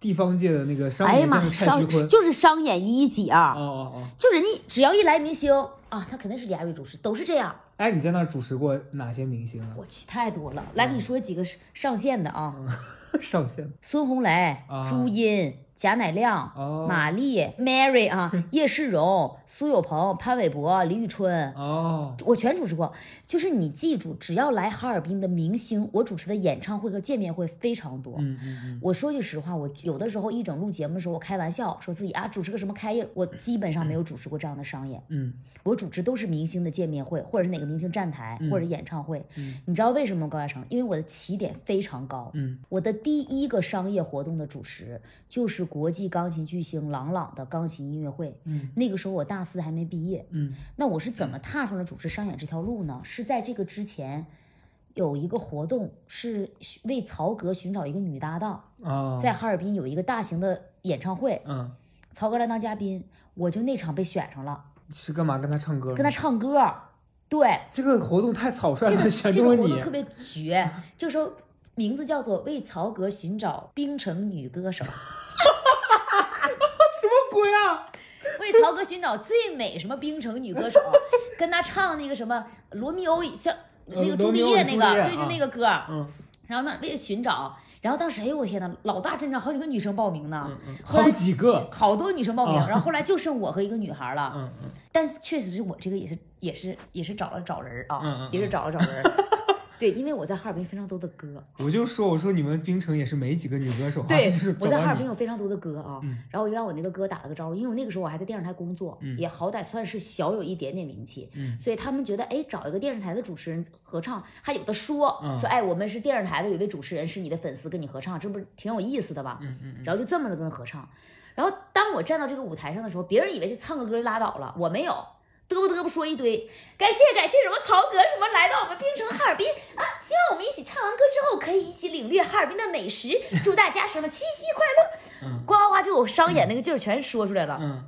B: 地方界的那个商
A: 哎
B: 演
A: 呀妈，
B: 像是蔡徐
A: 商
B: 坤。
A: 就是商演一姐
B: 哦
A: 啊，
B: 哦哦！
A: 就人家只要一来明星啊，他肯定是李佳瑞主持，都是这样。
B: 哎，你在那儿主持过哪些明星啊？
A: 我去，太多
B: 嗯
A: 了。来，给你说几个上线的啊。
B: 上线
A: 孙红雷
B: 嗯啊、
A: 朱茵、贾乃亮、
B: 哦
A: 马丽、Mary 啊、 叶世荣、苏有朋、潘玮柏、李宇春。
B: 哦，
A: 我全主持过，就是你记住，只要来哈尔滨的明星，我主持的演唱会和见面会非常多。
B: 嗯嗯嗯，
A: 我说句实话，我有的时候一整录节目的时候，我开玩笑说自己啊主持个什么开业，我基本上没有主持过这样的商演，
B: 嗯，
A: 我主持都是明星的见面会，或者是哪个明星站台，
B: 嗯
A: 或者演唱会。你知道为什么吗高亚成？因为我的起点非常高。
B: 嗯，
A: 我的第一个商业活动的主持就是国际钢琴巨星郎朗的钢琴音乐会。
B: 嗯，
A: 那个时候我大四还没毕业。
B: 嗯，
A: 那我是怎么踏上了主持商演这条路呢？是在这个之前。有一个活动是为曹格寻找一个女搭档，
B: 啊，
A: 在哈尔滨有一个大型的演唱会，
B: 嗯，
A: 曹格来当嘉宾，我就那场被选上了，
B: 是干嘛跟他唱歌？
A: 跟他唱歌。对，
B: 这个活动太草率
A: 这
B: 了，
A: 个
B: 选
A: 这个
B: 中了
A: 活
B: 啊你啊
A: 动特别绝，就说名字叫做“为曹格寻找冰城女歌手”，
B: 什么鬼啊？
A: 为曹格寻找最美什么冰城女歌 手，跟他唱那个什么罗密欧像那个
B: 呃
A: 朱
B: 罗密
A: 丽
B: 欧
A: 叶
B: 与
A: 那
B: 朱
A: 个，
B: 丽叶
A: 对，就
B: 啊
A: 那个歌。
B: 嗯，
A: 然后呢，为了寻找，然后当时哎呦我天呐，老大阵仗，好几个女生报名呢，后
B: 嗯好
A: 来
B: 几个，
A: 好多女生报名，
B: 啊
A: 然后后来就剩我和一个女孩了。
B: 嗯嗯
A: 但是确实是我这个也是也是也是找了找人儿啊，
B: 嗯嗯
A: 也是找了找人 儿。对，因为我在哈尔滨非常多的歌，
B: 我就说，我说你们冰城也是没几个女歌手啊，就是
A: 我
B: 找
A: 在哈
B: 到
A: 尔滨
B: 你，
A: 有非常多的歌啊。
B: 嗯
A: 然后我就让我那个歌打了个招呼，因为我那个时候我还在电视台工作，
B: 嗯
A: 也好歹算是小有一点点名气，
B: 嗯
A: 所以他们觉得哎，找一个电视台的主持人合唱，还有的说、
B: 嗯
A: 说哎，我们是电视台的，有一位主持人是你的粉丝，跟你合唱，这不是挺有意思的吗？
B: 嗯嗯嗯
A: 然后就这么的跟合唱。然后当我站到这个舞台上的时候，别人以为是唱个歌拉倒了，我没有，嘚啵嘚啵说一堆，感谢感谢什么曹格什么来到我们冰城哈尔滨啊，希望我们一起唱完歌之后可以一起领略哈尔滨的美食，祝大家什么七夕快乐
B: 嗯，
A: 呱呱呱就我商演那个劲儿全说出来了。
B: 嗯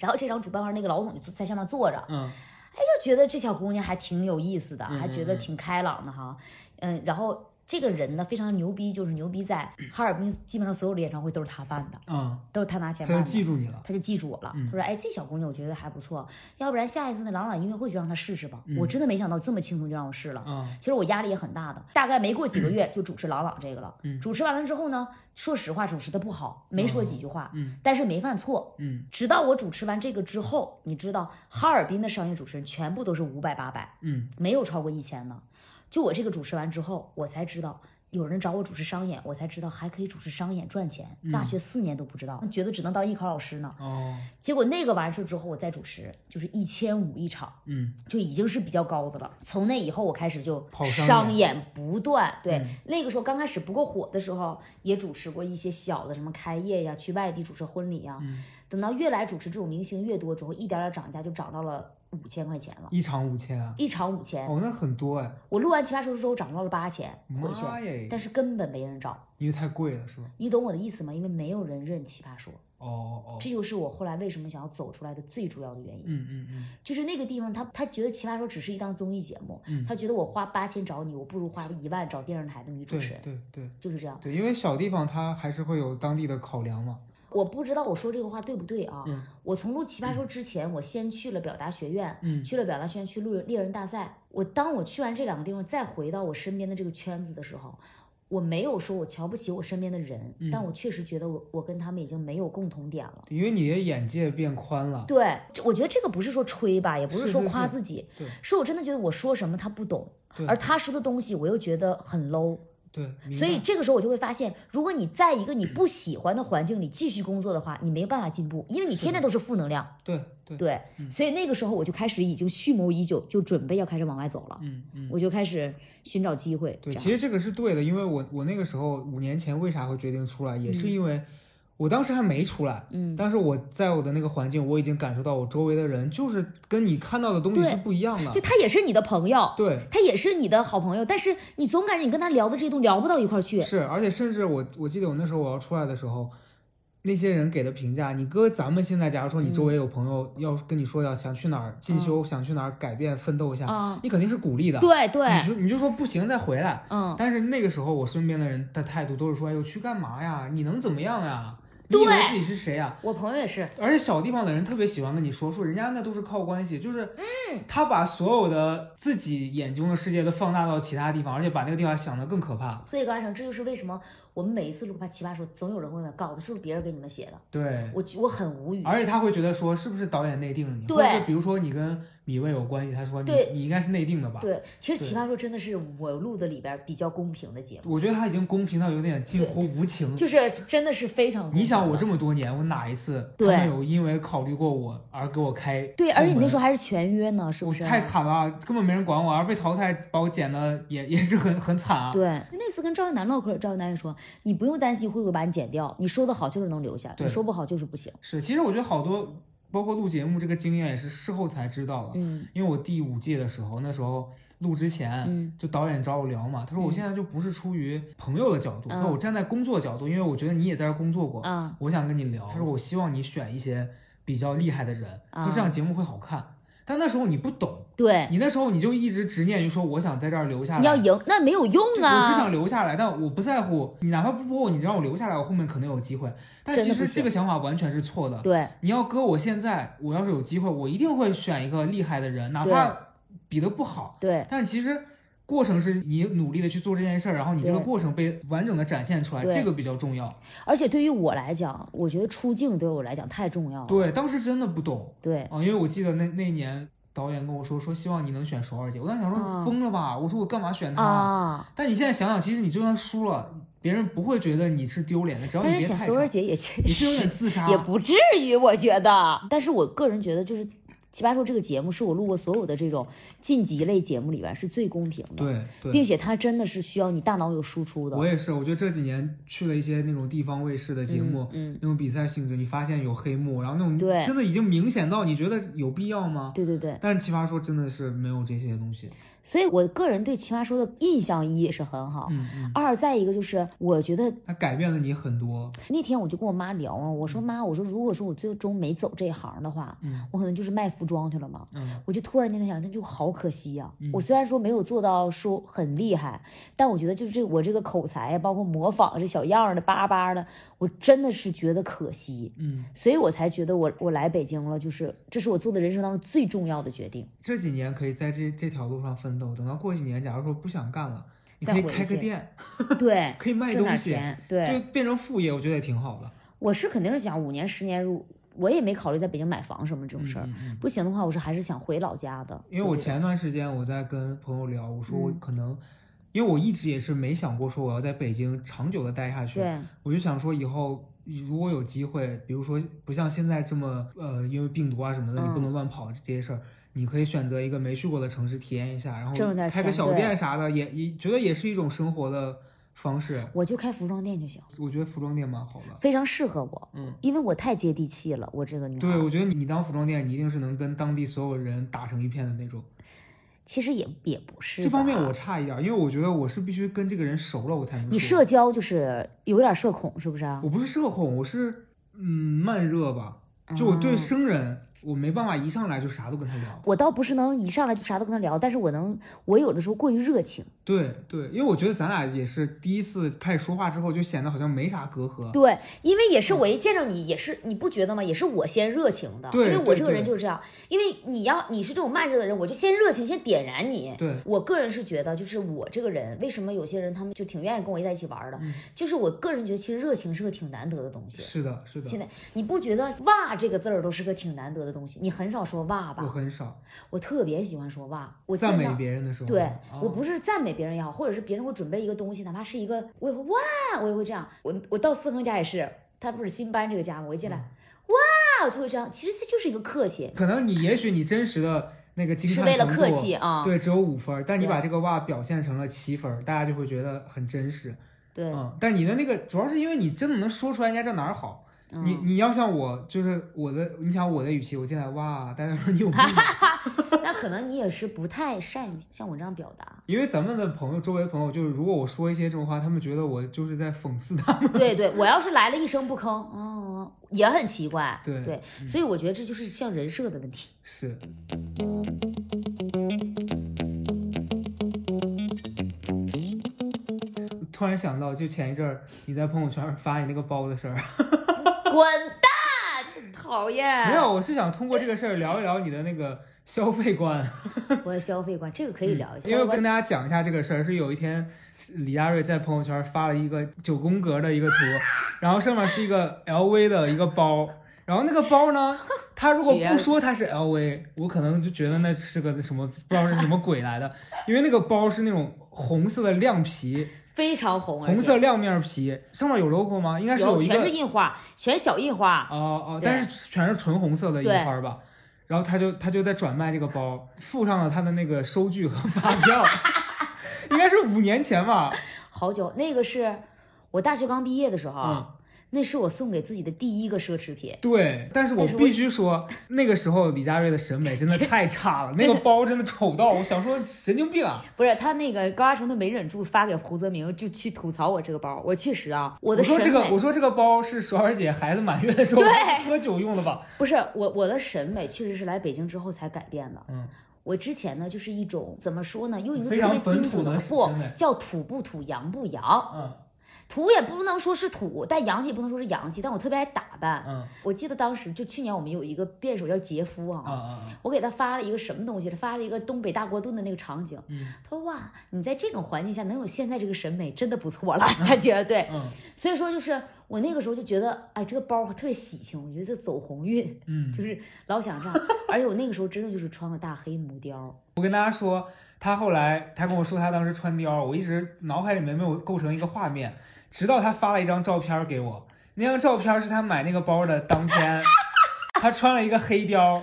A: 然后这场主办方那个老总就在下面坐着，
B: 嗯
A: 哎，就觉得这小姑娘还挺有意思的，
B: 嗯
A: 还觉得挺开朗的哈。嗯，然后这个人呢非常牛逼，就是牛逼在哈尔滨基本上所有的演唱会都是他办的，
B: 嗯，
A: 都是他拿
B: 他
A: 钱办
B: 就
A: 的。
B: 记住你了，
A: 他就记住我了，
B: 嗯
A: 他说：“哎，这小姑娘我觉得还不错，要不然下一次那朗朗音乐会就让她试试吧。
B: 嗯
A: 我真的没想到这么轻松就让我试了，
B: 嗯
A: 其实我压力也很大的。大概没过几个月就主持朗朗这个了，
B: 嗯
A: 主持完了之后呢，说实话主持的不好，没说几句话，
B: 嗯
A: 但是没犯错。
B: 嗯
A: 直到我主持完这个之后，你知道哈尔滨的商业主持人全部都是五百八百，
B: 嗯
A: 没有超过一千的。就我这个主持完之后，我才知道有人找我主持商演，我才知道还可以主持商演赚钱。
B: 嗯
A: 大学四年都不知道，觉得只能当艺考老师呢。
B: 哦
A: 结果那个完事之后，我再主持就是一千五一场，
B: 嗯
A: 就已经是比较高的了。从那以后，我开始就
B: 跑
A: 商
B: 商
A: 演不断。对，
B: 嗯
A: 那个时候刚开始不够火的时候，也主持过一些小的什么开业呀，去外地主持婚礼呀。
B: 嗯
A: 等到越来主持这种明星越多之后，一点点涨价，就涨到了五千块钱了，
B: 一场五千啊，
A: 一场五千。
B: 哦那很多哎，
A: 我录完《奇葩说》之后涨到了八千回去，
B: 妈耶，
A: 但是根本没人找。
B: 因为太贵了是吧？
A: 你懂我的意思吗？因为没有人认《奇葩说》，
B: 哦哦哦，
A: 这就是我后来为什么想要走出来的最主要的原因。
B: 嗯嗯嗯，
A: 就是那个地方，他他觉得《奇葩说》只是一档综艺节目，
B: 嗯
A: 他觉得我花八千找你，我不如花一万找电视台的女主
B: 对
A: 持人，
B: 对对
A: 就是这样。
B: 对，因为小地方它还是会有当地的考量嘛，
A: 我不知道我说这个话对不对啊？
B: 嗯
A: 我从录《奇葩说》之前，我先去了表达学院，
B: 嗯
A: 去了表达学院，去录猎人大赛。我当我去完这两个地方，再回到我身边的这个圈子的时候，我没有说我瞧不起我身边的人，
B: 嗯
A: 但我确实觉得我我跟他们已经没有共同点了。
B: 因为你的眼界变宽了，
A: 对，这我觉得这个不是说吹吧，也不是
B: 是
A: 说
B: 是
A: 夸
B: 是
A: 自己，
B: 对
A: 是我真的觉得我说什么他不懂，
B: 对
A: 而他说的东西我又觉得很 low，
B: 对，明
A: 所以
B: 白
A: 这个时候我就会发现，如果你在一个你不喜欢的环境里继续工作的话，你没办法进步，因为你天天都是负能量。
B: 对对，
A: 对，
B: 嗯
A: 所以那个时候我就开始已经蓄谋已久，就准备要开始往外走了，
B: 嗯嗯。
A: 我就开始寻找机会。
B: 对，
A: 这样
B: 其实这个是对的，因为我我那个时候五年前为啥会决定出来，也是因为我当时还没出来，
A: 嗯，
B: 但是我在我的那个环境，我已经感受到我周围的人就是跟你看到的东西
A: 对
B: 是不一样的
A: 就，他也是你的朋友，
B: 对，
A: 他也是你的好朋友，但是你总感觉你跟他聊的这些都聊不到一块儿去。
B: 是，而且甚至我我记得我那时候我要出来的时候。那些人给的评价，你哥，咱们现在假如说你
A: 嗯
B: 周围有朋友要跟你说要想去哪儿进修，想去哪儿改变奋斗一下，
A: 啊
B: 你肯定是鼓励的，
A: 嗯对对，
B: 你就你就说不行再回来，
A: 嗯，
B: 但是那个时候，我身边的人的态度都是说：“哎呦，去干嘛呀？你能怎么样呀？你以为
A: 对
B: 自己是谁呀
A: 我朋友也是，？”
B: 而且小地方的人特别喜欢跟你说，说人家那都是靠关系，就是，嗯，他把所有的自己眼中的世界都放大到其他地方，而且把那个地方想得更可怕。
A: 所以高大成，这就是为什么我们每一次录《奇葩说》，总有人会问稿子是不是别人给你们写的，
B: 对，
A: 我我很无语。
B: 而且他会觉得说是不是导演内定了你，
A: 嗯对
B: 或者是比如说你跟米未有关系，他说你
A: 对
B: 你应该是内定的吧？
A: 对，其实《
B: 对
A: 奇葩说》真的是我录的里边儿比较公平的节目，
B: 我觉得他已经公平到有点近乎无情。
A: 就是真的是非常公平的。
B: 你想我这么多年，我哪一次他
A: 对
B: 们有因为考虑过我而给我开？
A: 对，而且你那时
B: 候。
A: 候还是全约呢，是不啊
B: 我
A: 是？
B: 太惨了，根本没人管我，而被淘汰把我剪的也 也是很很惨啊。
A: 对，那次跟赵一楠唠嗑，赵一楠也说，你不用担心会不会把你剪掉，你说的好就是能留下，
B: 对
A: 你说不好就是不行。
B: 是，其实我觉得好多，包括录节目这个经验也是事后才知道的。
A: 嗯
B: 因为我第五季的时候，那时候录之前，
A: 嗯
B: 就导演找我聊嘛，他说我
A: 嗯
B: 现在就不是出于朋友的角度，他说
A: 嗯
B: 我站在工作角度，因为我觉得你也在这儿工作过，
A: 啊
B: 我想跟你聊。他说我希望你选一些比较厉害的人，他说
A: 啊
B: 这样节目会好看。但那时候你不懂，
A: 对，
B: 你那时候你就一直执念于说我想在这儿留下来，
A: 哎你要啊赢，那没有用
B: 就我只
A: 啊。
B: 想留下来，但我不在乎你，哪怕不播我，你让我留下来，我后面可能有机会。但
A: 真的
B: 其
A: 不
B: 实这
A: 行
B: 个想法完全是错的。
A: 对
B: 你要搁我现在，我要是有机会，我一定会选一个厉害的人，哪
A: 对
B: 怕比的不好。
A: 对
B: 但其实过程是你努力的去做这件事儿，然后你这个
A: 对
B: 过程被完整的展现出来，
A: 对
B: 这个比较重要。
A: 而且对于我来讲，我觉得出镜对我来讲太重要了。
B: 对，当时真的不懂
A: 对
B: 啊，因为我记得那那年导演跟我说说希望你能选首尔姐，我当时想说
A: 啊
B: 疯了吧，我说我干嘛选她？
A: 啊，
B: 但你现在想想，其实你就算输了，别人不会觉得你是丢脸的，只要
A: 但
B: 你
A: 是
B: 别
A: 选
B: 太
A: 索尔
B: 差，
A: 姐也确
B: 你是有点
A: 实
B: 自杀，
A: 也不至于，我觉得。但是我个人觉得，就是《奇葩说》这个节目是我录过所有的这种晋级类节目里边是最公平的，
B: 对对。
A: 并且它真的是需要你大脑有输出的
B: 我。也是，我觉得这几年去了一些那种地方卫视的节目，
A: 嗯，嗯
B: 那种比赛性质，你发现有黑幕，然后那种
A: 对
B: 真的已经明显到你觉得有必要吗？
A: 对对对。
B: 但是奇葩说真的是没有这些东西。
A: 所以我个人对《奇葩说》的印象一也是很好。
B: 嗯嗯，
A: 二，再一个就是，我觉得
B: 它改变了你很多。
A: 那天我就跟我妈聊啊，我说妈，我说如果说我最终没走这一行的话，
B: 嗯
A: 我可能就是卖服装去了嘛。
B: 嗯，
A: 我就突然间在想，那就好可惜呀、
B: 嗯
A: 我虽然说没有做到说很厉害，但我觉得就是这我这个口才呀，包括模仿这小样儿的巴巴的，我真的是觉得可惜，
B: 嗯，
A: 所以我才觉得我我来北京了，就是这是我做的人生当中最重要的决 定。
B: 这几年可以在这这条路上奋斗，等到过几年，假如说不想干了，你可以
A: 再回
B: 开个
A: 去
B: 店，
A: 对，
B: 可以卖
A: 挣
B: 东
A: 点
B: 西，
A: 钱，对，
B: 就变成副业，我觉得也挺好的。
A: 我是肯定是想五年十年入，我也没考虑在北京买房什么这种事儿。
B: 嗯嗯嗯
A: 不行的话，我是还是想回老家的。
B: 因为我
A: 就这种
B: 前段时间我在跟朋友聊，我说我
A: 嗯
B: 可能，因为我一直也是没想过说我要在北京长久的待下去，
A: 对
B: 我就想说以后如果有机会，比如说不像现在这么呃，因为病毒啊什么的，你不
A: 嗯
B: 能乱跑这些事儿，你可以选择一个没去过的城市体验一下，然
A: 挣了点
B: 后开个
A: 钱
B: 小
A: 对
B: 店啥的，也也觉得也是一种生活的方式。
A: 我就开服装店就行，
B: 我觉得服装店蛮好的，
A: 非常适合我，
B: 嗯。
A: 因为我太接地气了。我这个女孩
B: 对，
A: 儿
B: 我觉得你你当服装店，你一定是能跟当地所有人打成一片的那种。
A: 其实也也不是
B: 这方面
A: 吧
B: 我差一点儿，因为我觉得我是必须跟这个人熟了我才能说。
A: 你社交就是有点社恐，是不是啊？
B: 我不是社恐，我是嗯慢热吧，就我对
A: 嗯
B: 生人、我没办法一上来就啥都跟他聊。
A: 我倒不是能一上来就啥都跟他聊，但是我能，我有的时候过于热情。
B: 对对，因为我觉得咱俩也是第一次开始说话之后就显得好像没啥隔阂。
A: 对，因为也是
B: 嗯
A: 我一见着你，也是你不觉得吗？也是我先热情的，因
B: 对
A: 为我
B: 对
A: 这个人
B: 对
A: 就是这样。因为你要你是这种慢热的人，我就先热情，先点燃你。
B: 对
A: 我个人是觉得，就是我这个人，为什么有些人他们就挺愿意跟我在一起玩儿的，
B: 嗯
A: 就是我个人觉得，其实热情是个挺难得的东西。
B: 是的，是
A: 现
B: 的，
A: 在你不觉得“哇”这个字儿都是个挺难得的东西？你很少说“哇”
B: 我
A: 吧？
B: 很少
A: 我特别喜欢说“哇”，我
B: 赞
A: 见
B: 美
A: 到。
B: 别人的时候。
A: 对、我
B: 啊
A: 不是赞美别人也好，或者是别人会准备一个东西，哪怕是一个，我也会哇，我也会这样。我我到四恒家也是，他不是新搬这个家吗？我一进来，
B: 嗯
A: 哇，我就会这样。其实这就是一个客气，
B: 可能你也许你真实的那个惊
A: 是
B: 叹
A: 为了
B: 程
A: 客
B: 度
A: 气啊。
B: 对，只有五分儿，但你把
A: 对
B: 这个哇表现成了七分儿，大家就会觉得很真实。
A: 对，
B: 嗯，但你的那个主要是因为你真的能说出来人家这哪儿好。你
A: 嗯，
B: 你要像我，就是我的，你想我的语气，我进来哇，大家说你有 病吧，。
A: 那可能你也是不太善于像我这样表达
B: 因为咱们的朋友，周围的朋友，就是如果我说一些这种话，他们觉得我就是在讽刺他们。
A: 对对，我要是来了一声不吭，嗯，也很奇怪。
B: 对嗯
A: 对，所以我觉得这就是像人设的问题。
B: 是，突然想到，就前一阵儿你在朋友圈发你那个包的事儿，
A: 滚蛋，真讨厌。
B: 没有，我是想通过这个事儿聊一聊你的那个消费观，
A: 我的消费观，这个可以聊一下。
B: 嗯因为我
A: 我
B: 跟大家讲一下这个事儿，是有一天李佳瑞在朋友圈发了一个九宫格的一个图，然后上面是一个 LV 的一个包，然后那个包呢，他如果不说它是 LV，我可能就觉得那是个什么不知道是什么鬼来的，因为那个包是那种红色的亮皮，
A: 非常红，
B: 红色亮面皮，上面有 logo 吗？应该
A: 而
B: 是
A: 且
B: 有
A: 有
B: 一
A: 全
B: 个
A: 是印花，全小印花，
B: 哦哦，
A: 对
B: 但是全是纯红色的
A: 对
B: 印花儿吧。然后他就他就在转卖这个包，附上了他的那个收据和 发票，应该是五年前吧。
A: 好久。那个是我大学刚毕业的时候
B: 嗯
A: 啊，那是我送给自己的第一个奢侈品。
B: 对，但是我
A: 但是我
B: 必须说，那个时候李佳瑞的审美真的太差 了，那个包真的丑到我想说神经病啊！
A: 不是他那个高嘉诚，他没忍住发给胡泽明，就去吐槽我这个包。我确实啊，我
B: 我
A: 的审
B: 说
A: 美
B: 这个，我说这个包是爽儿姐孩子满月的时候
A: 对
B: 喝酒用的吧？
A: 不是我我的审美确实是来北京之后才改变的。
B: 嗯，
A: 我之前呢就是一种怎么说呢，用一个
B: 非
A: 特
B: 常
A: 别精
B: 本土
A: 准
B: 的
A: 不
B: 审美
A: 叫土不土，洋不洋，
B: 嗯
A: 土也不能说是土，但洋气也不能说是洋气。但我特别爱打扮，
B: 嗯
A: 我记得当时就去年我们有一个辩手叫杰夫
B: 啊
A: 啊，
B: 啊
A: 我给他发了一个什么东西，发了一个东北大锅炖的那个场景。
B: 嗯
A: 他说哇，你在这种环境下能有现在这个审美，真的不错了。他觉得对，
B: 嗯
A: 所以说就是我那个时候就觉得，哎，这个包特别喜庆，我觉得这走鸿运，
B: 嗯，
A: 就是老想这样。而且我那个时候真的就是穿个大黑母 貂，
B: 我跟大家说，他后来他跟我说他当时穿貂，我一直脑海里面没有构成一个画面，直到他发了一张照片给我，那张照片是他买那个包的当天，他穿了一个黑貂，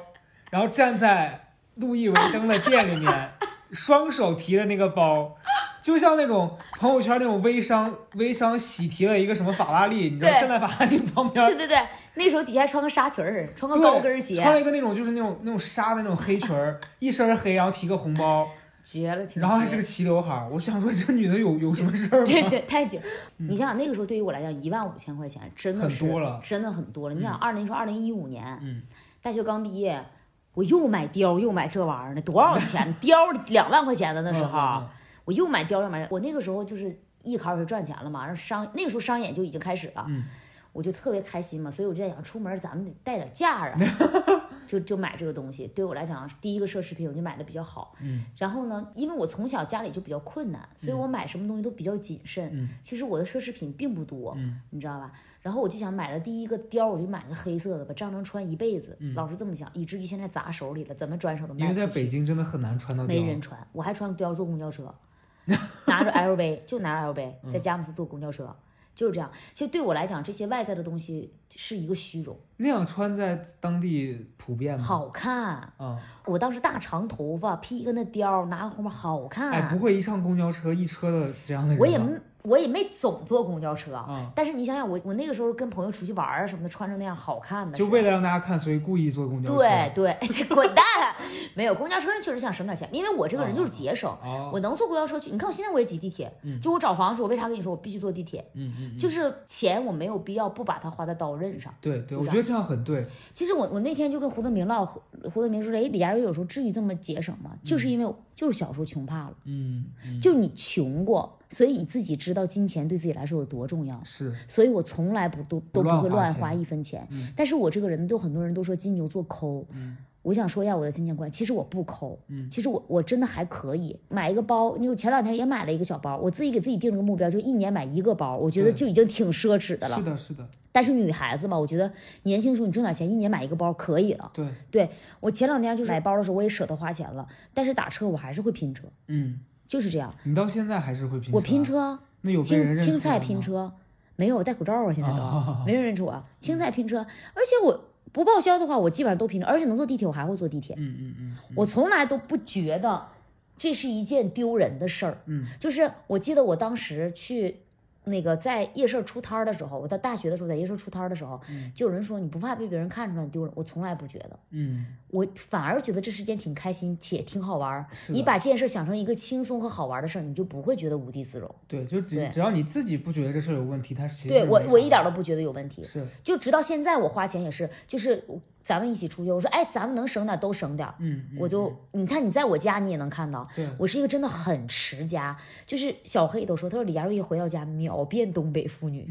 B: 然后站在路易威登的店里面，双手提的那个包。就像那种朋友圈那种微商微商喜提了一个什么法拉利，你知道
A: 对
B: 站在法拉利旁边
A: 对，对对，那时候底下还穿个纱裙儿，穿个
B: 对
A: 高跟鞋
B: 穿，了一个那种就是那种那种纱的那种黑裙儿，一身黑，然后提个红包，
A: 绝了，挺
B: 然后还
A: 绝
B: 是个齐刘海儿，我想说这女的有有什么事 儿
A: 这
B: 吗？
A: 这太 绝！你想想那个时候对于我来讲，一万五千块钱真的
B: 很
A: 是
B: 多了
A: 真的很多了。你想，二零说二零一五年，
B: 嗯，
A: 大学刚毕业，我又买貂又买这玩意儿呢，多少 钱？貂两万块钱的那时候，
B: 嗯嗯嗯
A: 我又买貂又买这，我那个时候就是艺考也赚钱了嘛，然后商那个时候商演就已经开始了，
B: 嗯
A: 我就特别开心嘛，所以我就在想，出门咱们得带点价 儿啊，就就买这个东西。对我来讲，啊第一个奢侈品我就买的比较好，
B: 嗯
A: 然后呢，因为我从小家里就比较困难，所以我买什么东西都比较谨慎。
B: 嗯
A: 其实我的奢侈品并不多，
B: 嗯
A: 你知道吧？然后我就想买了第一个貂，我就买个黑色的吧，这样能穿一辈子。老是这么想，以至于现在砸手里了，怎么转手都卖
B: 嗯因为在啊
A: 不出去
B: 北京真的很难穿到
A: 没人
B: 貂，
A: 穿，我还穿貂坐公交 车，拿着 LV 就拿着
B: 嗯
A: LV 在佳木斯坐公交车，就是这样。其实对我来讲，这些外在的东西是一个虚荣，
B: 那样穿在当地普遍吗？
A: 好看。
B: 啊，
A: 我当时大长头发，披一个那貂，拿个红包，好看。
B: 哎，不会一上公交车一车的这样的人吧，
A: 我也没我也没总坐公交车，
B: 啊，
A: 但是你想想，我我那个时候跟朋友出去玩儿啊什么的，穿成那样好看的，
B: 就为了让大家看，所以故意坐公交车。
A: 对，对， 这滚蛋！没有公交车上确实想省点钱，因为我这个人就是节省，
B: 哦，
A: 我能坐公交车去。你看我现在我也挤地铁，
B: 嗯
A: 就我找房的时候，我为啥跟你说我必须坐地铁？
B: 嗯嗯，
A: 就是是钱我没有必要不把它花在刀刃上。
B: 对对，
A: 就
B: 我
A: 这
B: 觉得这样很对，
A: 其实我我那天就跟胡德明唠，胡胡德明说：“哎，李佳瑞有时候至于这么节省吗？就是因为我就是小时候穷怕了，
B: 嗯，嗯
A: 就是你穷过，所以你自己知道金钱对自己来说有多重要。”
B: 是
A: 所以我从来不都都不会
B: 乱
A: 乱
B: 花钱
A: 花一分钱。
B: 嗯
A: 但是我这个人，都很多人都说金牛座抠，
B: 嗯
A: 我想说一下我的金钱观。其实我不抠，
B: 嗯
A: 其实我我真的还可以买一个包。因为我前两天也买了一个小包，我自己给自己定了个目标，就一年买一个包，我觉得
B: 对
A: 就已经挺奢侈的
B: 是
A: 了。
B: 的是的，
A: 但是女孩子嘛，我觉得年轻时候你挣点钱，一年买一个包可以了。
B: 对，
A: 对我前两天就是买包的时候，我也舍得花钱了，但是打车我还是会拼车，
B: 嗯，
A: 就是这样。
B: 你到现在还是会拼车啊，
A: 我拼车啊，
B: 那有被
A: 青
B: 人认出
A: 青菜
B: 来
A: 拼
B: 吗，
A: 车，没有我戴口罩啊，现在都、
B: 啊
A: 没人认出我。青菜拼车，而且我不报销的话，我基本上都拼车，而且能坐地铁，我还会坐地铁。
B: 嗯嗯嗯嗯
A: 我从来都不觉得这是一件丢人的事儿。
B: 嗯，
A: 就是我记得我当时去那个在夜市出摊儿的时候，我到大学的时候在夜市出摊儿的时候，就有人说你不怕被别人看出来你丢人，我从来不觉得。
B: 嗯，
A: 我反而觉得这是件挺开心且挺好玩儿。
B: 是
A: 你
B: 的
A: 把这件事儿想成一个轻松和好玩儿的事儿，你就不会觉得无地自容。
B: 对，就只
A: 对
B: 只要你自己不觉得这事儿有问题，它其实
A: 对
B: 是
A: 我
B: 没，
A: 我
B: 啥
A: 一点儿都不觉得有问题。
B: 是，
A: 就直到现在，我花钱也是，就是咱们一起出去，我说哎，咱们能省点儿都省点儿。
B: 嗯，嗯
A: 我就你看你在我家你也能看到，
B: 对，
A: 我是一个真的 很持家，就是小黑都说，他说李佳瑞一回到家秒变东北妇女，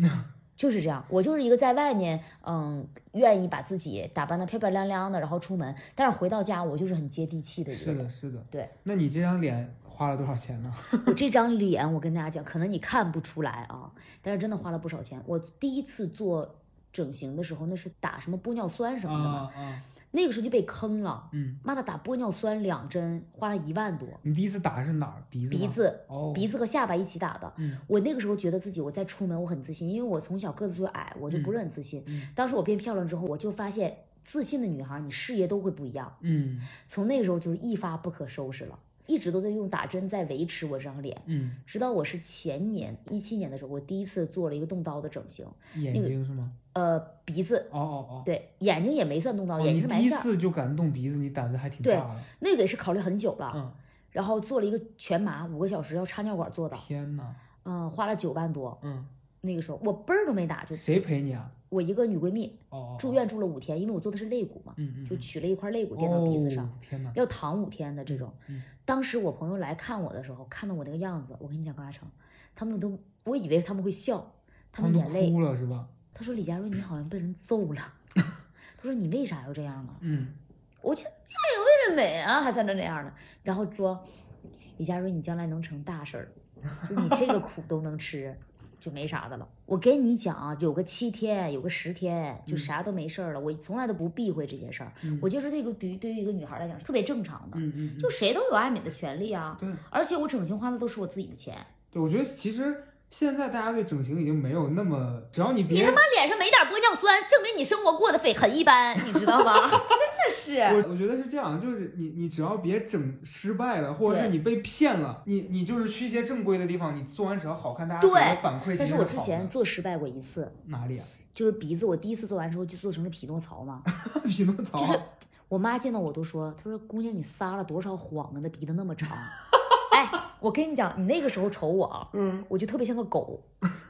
A: 就是这样，我就是一个在外面，嗯，愿意把自己打扮的漂漂亮亮的，然后出门，但是回到家我就是很接地气的一个
B: 是
A: 人
B: 的，。是的。
A: 对，
B: 那你这张脸花了多少 钱呢？
A: 我这张脸，我跟大家讲，可能你看不出来啊，但是真的花了不少钱。我第一次做整形的时候，那是打什么玻尿酸什么的嘛，
B: 啊啊，
A: 那个时候就被坑了。
B: 嗯，
A: 妈的，打玻尿酸两针花了一万多，
B: 你第一次打是哪儿？鼻子？
A: 鼻。子
B: 哦，
A: 鼻子和下巴一起打的。
B: 嗯
A: 我那个时候觉得自己，我再出门我很自信，因为我从小个子就矮，我就不是很自信。
B: 嗯
A: 当时我变漂亮之后，我就发现自信的女孩，你事业都会不一样。
B: 嗯
A: 从那个时候就是一发不可收拾了，一直都在用打针在维持我这张脸。
B: 嗯，
A: 直到我是前年一七年的时候，我第一次做了一个动刀的整形，
B: 眼
A: 那个
B: 睛是吗？
A: 呃，鼻子
B: 哦哦哦。
A: 对，眼睛也没算动刀，
B: 哦
A: 眼睛
B: 你
A: 是
B: 第
A: 埋
B: 一
A: 线儿，
B: 次就敢动鼻子，你胆子还挺
A: 对
B: 大的。
A: 那个也是考虑很久了，
B: 嗯，
A: 然后做了一个全麻，五个小时要插尿管做的，
B: 天哪，
A: 嗯、花了九万多，
B: 嗯，
A: 那个时候我嘣儿都没打，就
B: 谁陪你啊？
A: 我一个女闺蜜
B: 哦，哦
A: 住，
B: 哦
A: 院住了五天，因为我做的是肋骨嘛，
B: 嗯嗯，
A: 就
B: 嗯
A: 取了一块肋骨垫到鼻子上，
B: 哦、天哪，
A: 要躺五天的这种。
B: 嗯
A: 当时我朋友来看我的时候，看到我那个样子，我跟你讲，高亚成，他们都我以为他们会笑，他们
B: 都
A: 眼泪
B: 哭了是吧？
A: 他说：“李佳瑞，你好像被人揍 了。”他说：“你为啥要这样啊
B: 嗯，？”
A: 我去，哎呦，为了美啊，还在那那样呢。然后说：“李佳瑞，你将来能成大事儿，就你这个苦都能吃，就没啥的了。”我跟你讲啊，有个七天，有个十天，就啥都没事儿了。我从来都不避讳这些事儿，
B: 嗯
A: 我就是这个对于对于一个女孩来讲是特别正常的，
B: 嗯嗯，嗯
A: 就谁都有爱美的权利啊。
B: 对
A: 而且我整形花的都是我自己的钱，
B: 对，我觉得其实现在大家对整形已经没有那么，只要你
A: 你
B: 别
A: 他妈脸上没点玻尿酸，证明你生活过得匪很一般，你知道吧？ 真的是。
B: 我我觉得是这样，就是你你只要别整失败了，或者是
A: 对
B: 你被骗了，你你就是去一些正规的地方，你做完只要好看，大家给
A: 对
B: 的反馈其
A: 但
B: 实
A: 是我之
B: 好
A: 前
B: 的
A: 做失败过一次，
B: 哪里啊？
A: 就是鼻子，我第一次做完之后就做成了匹诺曹嘛。
B: 匹诺曹
A: 就是我妈见到我都说，她说姑娘你撒了多少谎啊，那鼻子那么长。哎，我跟你讲，你那个时候瞅我啊，
B: 嗯，
A: 我就特别像个狗，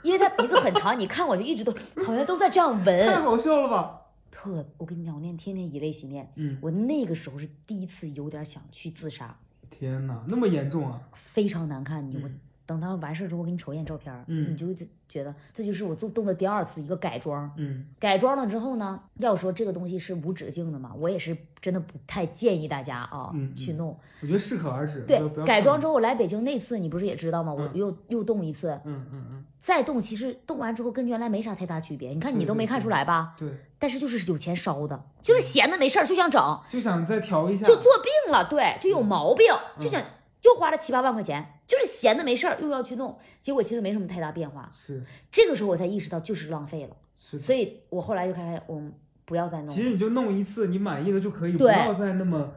A: 因为她鼻子很长，你看我就一直都好像都在这样
B: 太
A: 闻。
B: 好笑了吧？
A: 特，我跟你讲，我那天天天以泪洗面，
B: 嗯，
A: 我那个时候是第一次有点想去自杀，
B: 天哪，那么严重啊？
A: 非常难看，你我
B: 嗯
A: 等他完事之后，我给你瞅一眼照片儿，
B: 嗯
A: 你就会觉得这就是我做动的第二次一个改装。
B: 嗯
A: 改装了之后呢，要说这个东西是无止境的嘛，我也是真的不太建议大家啊、
B: 嗯
A: 去
B: 嗯
A: 弄。
B: 我觉得适可而止，
A: 对
B: 不要不，要
A: 改
B: 上
A: 装
B: 瘾
A: 之后我来北京那次，你不是也知道吗？我
B: 嗯
A: 又、又动一次，
B: 嗯嗯嗯，
A: 再动其实动完之后跟原来没啥太大区别，你看
B: 对
A: 你都
B: 对
A: 没看
B: 对嗯
A: 出来吧？
B: 对，
A: 但是就是有钱烧的，就是闲的没事儿就想整，
B: 就想再调一下，
A: 就做病了，对，就有毛病，就想
B: 嗯
A: 又花了七八万块钱，就是闲的没事儿又要去弄，结果其实没什么太大变化。
B: 是
A: 这个时候我才意识到就是浪费了，
B: 是的，
A: 所以我后来就开始我们不要再弄
B: 嗯其
A: 了，
B: 实你就弄一次，你满意了就可以，不
A: 对
B: 要再那么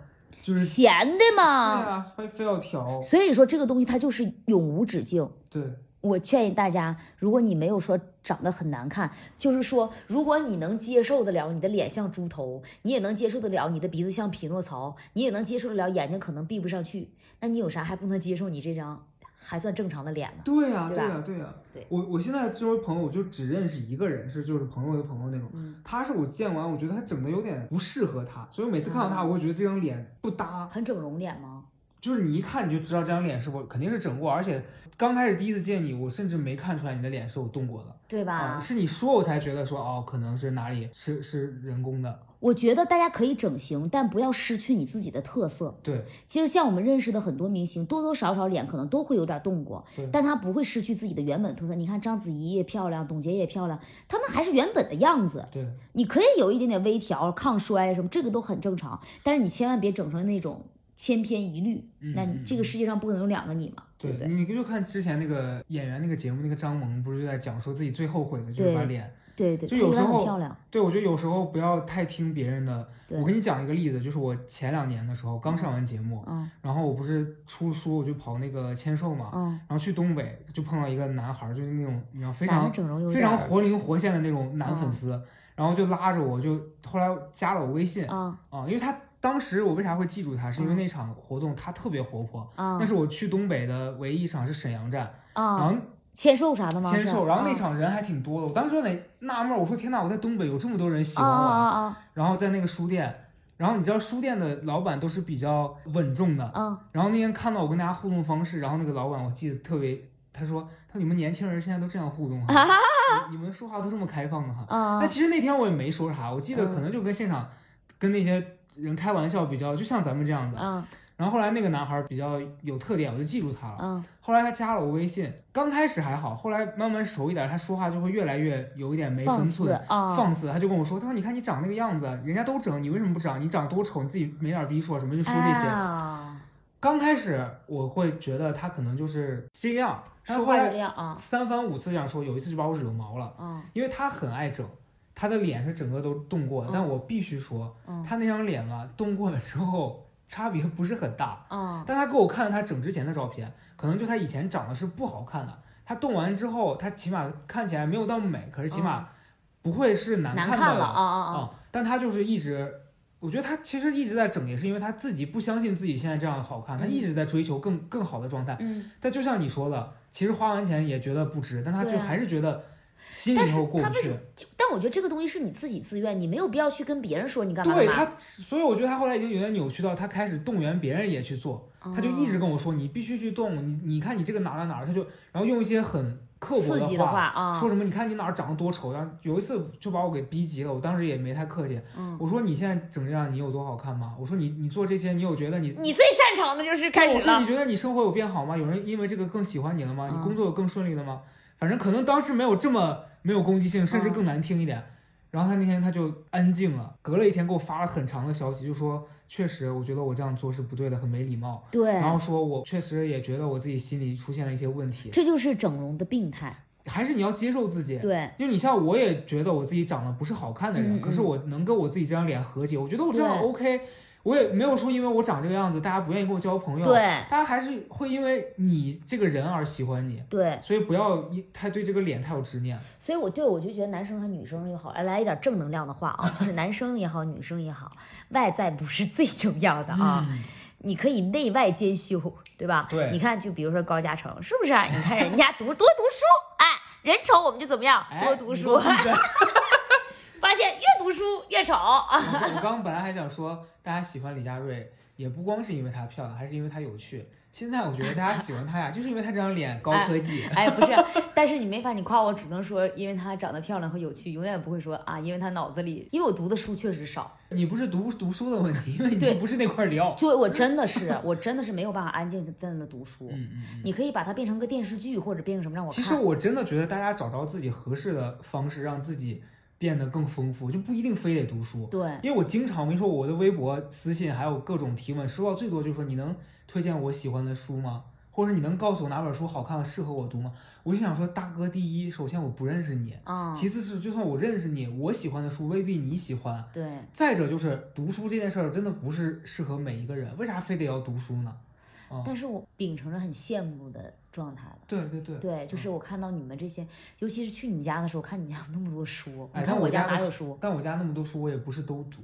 B: 就是是
A: 闲的嘛。
B: 啊，非非要调，
A: 所以说这个东西它就是永无止境。
B: 对，
A: 我劝议大家，如果你没有说长得很难看，就是说，如果你能接受得了你的脸像猪头，你也能接受得了你的鼻子像匹诺曹，你也能接受得了眼睛可能闭不上去，那你有啥还不能接受你这张还算正常的脸呢？
B: 对呀、
A: 对
B: 对呀、
A: 吧
B: 对呀、
A: 对
B: 我我现在作为朋友，我就只认识一个人，是就是朋友的朋友那种。
A: 嗯，
B: 他是我见完，我觉得他整的有点不适合他，所以我每次看
A: 啊
B: 到他，我会觉得这张脸不搭。
A: 很整容脸吗？
B: 就是你一看你就知道这张脸是我肯定是整过，而且刚开始第一次见你，我甚至没看出来你的脸是我动过的啊
A: 对吧？
B: 是你说我才觉得说哦，可能是哪里是是人工的。
A: 我觉得大家可以整形，但不要失去你自己的特色。
B: 对，
A: 其实像我们认识的很多明星，多多少少脸可能都会有点动过
B: 对，
A: 但他不会失去自己的原本特色。你看章子怡也漂亮，董洁也漂亮，她们还是原本的样子。
B: 对，
A: 你可以有一点点微调、抗衰什么，这个都很正常。但是你千万别整成那种千篇一律。
B: 嗯
A: 那
B: 嗯
A: 这个世界上不可能有两个你嘛，对
B: 对
A: 不对？
B: 你就看之前那个演员那个节目，那个张萌不是就在讲说自己最后悔的就是
A: 对
B: 把脸。
A: 对对，
B: 就
A: 她
B: 有
A: 原
B: 时
A: 来很
B: 候
A: 漂亮，
B: 对，我觉得有时候不要太听别人的。
A: 对
B: 我给你讲一个例子，就是我前两年的时候刚上完节目，
A: 嗯
B: 然后我不是出书，我就跑那个签售嘛，
A: 嗯，
B: 然后去东北就碰到一个男孩儿，就是那种你知道非
A: 男的
B: 常
A: 整容有
B: 非
A: 点
B: 常
A: 儿嗯
B: 活灵活现的那种男粉丝，然后就拉着我就后来加了我微信啊、
A: 啊
B: 因为他当时我为啥会记住他，是因为
A: 嗯
B: 那场活动他特别活泼，
A: 啊
B: 那是我去东北的唯一一场是沈阳站，然
A: 啊！
B: 后
A: 签售啥的吗？
B: 签
A: 是
B: 售，然后那
A: 啊
B: 场人还挺多的，我当时有点纳闷儿，我说天呐，我在东北有这么多人喜欢
A: 啊
B: 我啊。
A: 啊啊啊！
B: 然后在那个书店，然后你知道书店的老板都是比较稳重的，
A: 嗯
B: 然后那天看到我跟大家互动方式，然后那个老板我记得特别他说他说你们年轻人现在都这样互 动
A: 啊
B: 啊，你你们说话都这么开放的哈。
A: 啊
B: 那其实那天我也没说啥，我记得
A: 嗯
B: 可能就跟现场跟那些人开玩笑比较，就像咱们这样子。
A: 嗯
B: 然后后来那个男孩比较有特点，我就记住他了。
A: 嗯
B: 后来他加了我微信，刚开始还好，后来慢慢熟一点，他说话就会越来越有一点没
A: 放
B: 分
A: 肆
B: 寸。
A: 啊，
B: 放肆，他就跟我说：“他说你看你长那个样子，人家都整，你为什么不整？你长多丑，你自己没点逼说什么就说这些。
A: 啊
B: 刚开始我会觉得他可能就是这样，然
A: 说
B: 后后
A: 话就
B: 来
A: 这样啊
B: 三番五次这样说，有一次就把我惹毛了，
A: 啊
B: 因为他很爱整，他的脸是整个都动过的，但我必须说，
A: 嗯
B: 他那张脸嘛，动过了之后差别不是很大，
A: 啊
B: 但他给我看了他整之前的照片，可能就他以前长得是不好看的，他动完之后，他起码看起来没有到美，可是起码不会是难
A: 嗯难
B: 看
A: 看
B: 的
A: 了啊啊啊
B: 啊、但他就是一直，我觉得他其实一直在整，也是因为他自己不相信自己现在这样好看，他
A: 嗯
B: 一直在追求更更好的状态。
A: 嗯，
B: 但就像你说的，其实花完钱也觉得不值，但他
A: 对
B: 就
A: 啊
B: 还是觉得心里
A: 但是
B: 头过
A: 他
B: 不
A: 为
B: 去
A: 什。就但我觉得这个东西是你自己自愿，你没有必要去跟别人说你干嘛
B: 对
A: 干嘛
B: 他，所以我觉得他后来已经有点扭曲到他开始动员别人也去做，他就一直
A: 哦
B: 跟我说你必须去动，你你看你这个哪哪哪儿，他就然后用一些很刻薄
A: 刺激
B: 的
A: 话啊，
B: 说什么你看你哪儿长得多丑，然后有一次就把我给逼急了，我当时也没太客气，
A: 嗯，
B: 我说你现在整这样，你有多好看吗？我说你你做这些，你有觉得你
A: 你最擅长的就是开
B: 我
A: 始
B: 说
A: 了
B: 你觉得你生活有变好吗？有人因为这个更喜欢你了吗？
A: 嗯
B: 你工作有更顺利了吗？反正可能当时没有这么没有攻击性，甚至
A: 嗯
B: 更难听一点。然后他那天他就安静了，隔了一天给我发了很长的消息，就说确实我觉得我这样做是不对的，很没礼貌。
A: 对
B: 然，后说我确实也觉得我自己心里出现了一些问题，
A: 这就是整容的病态，
B: 还是你要接受自己。
A: 对
B: 因为你像我也觉得我自己长得不是好看的人，
A: 嗯
B: 可是我能跟我自己这张脸和解，我觉得我这样
A: 对
B: OK，我也没有说因为我长这个样子，大家不愿意跟我交朋友，，
A: 对
B: 大家还是会因为你这个人而喜欢你，
A: 对，
B: 所以不要一太对这个脸太有执念。
A: 所以我对我就觉得男生和女生也好，哎来一点正能量的话啊，就是男生也好，女生也好，外在不是最重要的啊，
B: 嗯
A: 你可以内外兼修，对吧？
B: 对
A: 你看，就比如说高嘉诚，是不是啊？你看人家读多读书，哎，人丑我们就怎么样，
B: 哎
A: 多读书。啊
B: 你说 真
A: 发现越读书越丑啊！
B: 我我刚本来还想说，大家喜欢李佳瑞也不光是因为她漂亮，还是因为她有趣。现在我觉得大家喜欢她呀，就是因为她这张脸高科技。
A: 哎，不是，但是你没法，你夸我只能说，因为她长得漂亮和有趣，永远不会说啊，因为她脑子里，因为我读的书确实少，
B: 你不是读读书的问题，因为
A: 对
B: 你不是那块 料。
A: 就我真的是，我真的是没有办法安静地在那读书。
B: 嗯嗯嗯。
A: 你可以把它变成个电视剧，或者变成什么让我
B: 其
A: 看。
B: 实我真的觉得大家找着自己合适的方式，让自己变得更丰富，就不一定非得读书。
A: 对，
B: 因为我经常，我跟你说，我的微博私信还有各种提问，收到最多就是说你能推荐我喜欢的书吗？或者是你能告诉我哪本书好看，适合我读吗？我就想说，大哥，第一，首先我不认识你，
A: 啊、
B: 其次是就算我认识你，我喜欢的书未必你喜欢。
A: 对，
B: 再者就是读书这件事儿真的不是适合每一个人，为啥非得要读书呢？啊、
A: 但是我秉承着很羡慕的状态吧。
B: 对对对，嗯
A: 对，就是我看到你们这些，尤其是去你家的时候，看你家有那么多书，
B: 哎
A: 你
B: 但
A: 看
B: 我
A: 家
B: 家的
A: 哪有书？
B: 但我家那么多书，我也不是都读。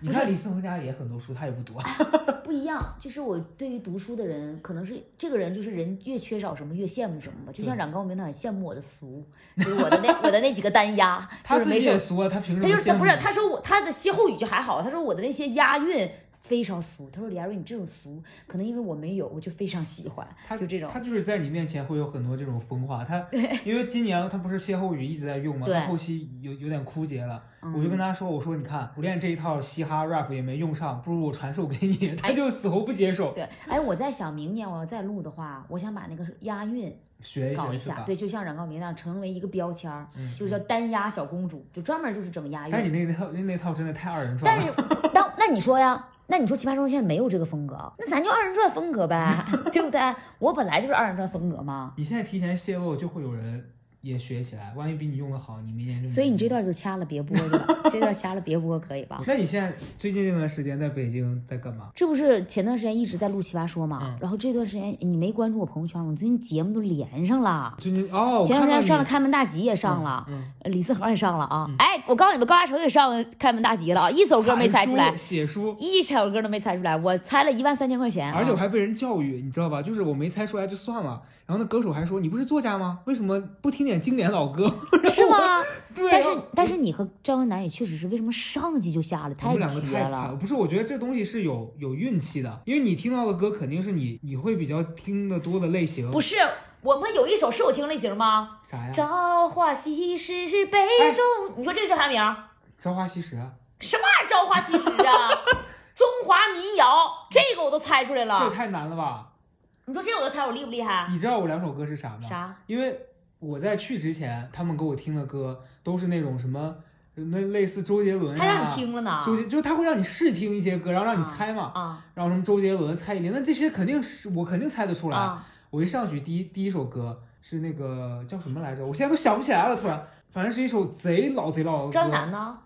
B: 你
A: 不是啊
B: 看李思恒家也很多书，他也不读。啊
A: 不一样，就是我对于读书的人，可能是这个人就是人越缺少什么越羡慕什么吧。就像
B: 对
A: 冉高明，他很羡慕我的俗，就是我的那我的那几个单押，
B: 他
A: 就是
B: 自
A: 没
B: 己
A: 事
B: 也
A: 儿，
B: 俗啊，他凭什
A: 他
B: 么
A: 就
B: 羡
A: 是他
B: 慕你？
A: 不是他说我他的歇后语就还好，他说我的那些押韵非常俗，他说李佳瑞你这种俗，可能因为我没有，我就非常喜欢，
B: 他
A: 就这种
B: 他就是在你面前会有很多这种疯话。他因为今年他不是歇后语一直在用嘛，
A: 对
B: 他后期有有点枯竭了。
A: 嗯
B: 我就跟他说，我说你看，我练这一套嘻哈 rap 也没用上，不如我传授给你。他就死活不接受，
A: 哎对，哎，我在想，明年我要再录的话，我想把那个押韵
B: 学一
A: 搞一
B: 学是
A: 下，
B: 吧？
A: 对，就像冉高明那样，成为一个标签儿，
B: 嗯，
A: 就是叫单押小公主，就专门就是整押韵。
B: 但你那套那套真的太二人转
A: 但
B: 了。
A: 是，当那你说呀，那你说奇葩说现在没有这个风格，那咱就二人转风格呗， 对不对？我本来就是二人转风格嘛，
B: 你现在提前泄露，就会有人也学起来。万一比你用的好，你明年就没
A: 所以你这
B: 用
A: 段就掐了，别播去 吧，这段掐了别播可以吧？
B: 那你现在最近这段时间在北京在干嘛？
A: 这不是前段时间一直在录奇葩说嘛，
B: 嗯
A: 然后这段时间你没关注我朋友圈吗？我最近节目都连上了，
B: 最近哦，我
A: 前
B: 看
A: 段时间
B: 到你
A: 上了《开门大吉》也上了。
B: 嗯，
A: 李四恒也上了啊！哎，我告诉你们，高亚成也上《开门大吉》了啊，一首歌没猜出来
B: 阐述，写书。
A: 一首歌都没猜出来，我猜了一万三千块钱、啊，
B: 而且我还被人教育，你知道吧？就是我没猜出来就算了，然后那歌手还说你不是作家吗？为什么不听点经典老歌？
A: 是吗？
B: 对、啊，
A: 但是但是你和张文南也确实是，为什么上去就下了？
B: 我们两个
A: 绝
B: 太惨
A: 了。
B: 不是，我觉得这东西是有有运气的，因为你听到的歌肯定是你你会比较听得多的类型。
A: 不是，我们有一首是我听类型吗？
B: 啥呀？
A: 朝花夕拾杯
B: 哎
A: 中，你说这个叫啥名儿？
B: 朝花夕拾啊，
A: 什么朝花夕拾 啊？中华民谣，这个我都猜出来
B: 这
A: 了。
B: 也太难了吧？
A: 你说这个我都猜，我厉不厉害？啊
B: 你知道我两首歌是啥吗？
A: 啥？
B: 因为我在去之前，他们给我听的歌都是那种什么，那类似周杰伦、啊，
A: 还让你听了呢？
B: 周杰，就是他会让你试听一些歌，然后让你猜嘛，
A: 啊
B: 然后什么周杰伦、蔡依林，那这些肯定是我肯定猜得出来。
A: 啊！
B: 我一上去第一第一首歌是那个叫什么来着？我现在都想不起来了，突然，反正是一首贼老贼老的歌。
A: 张一楠呢？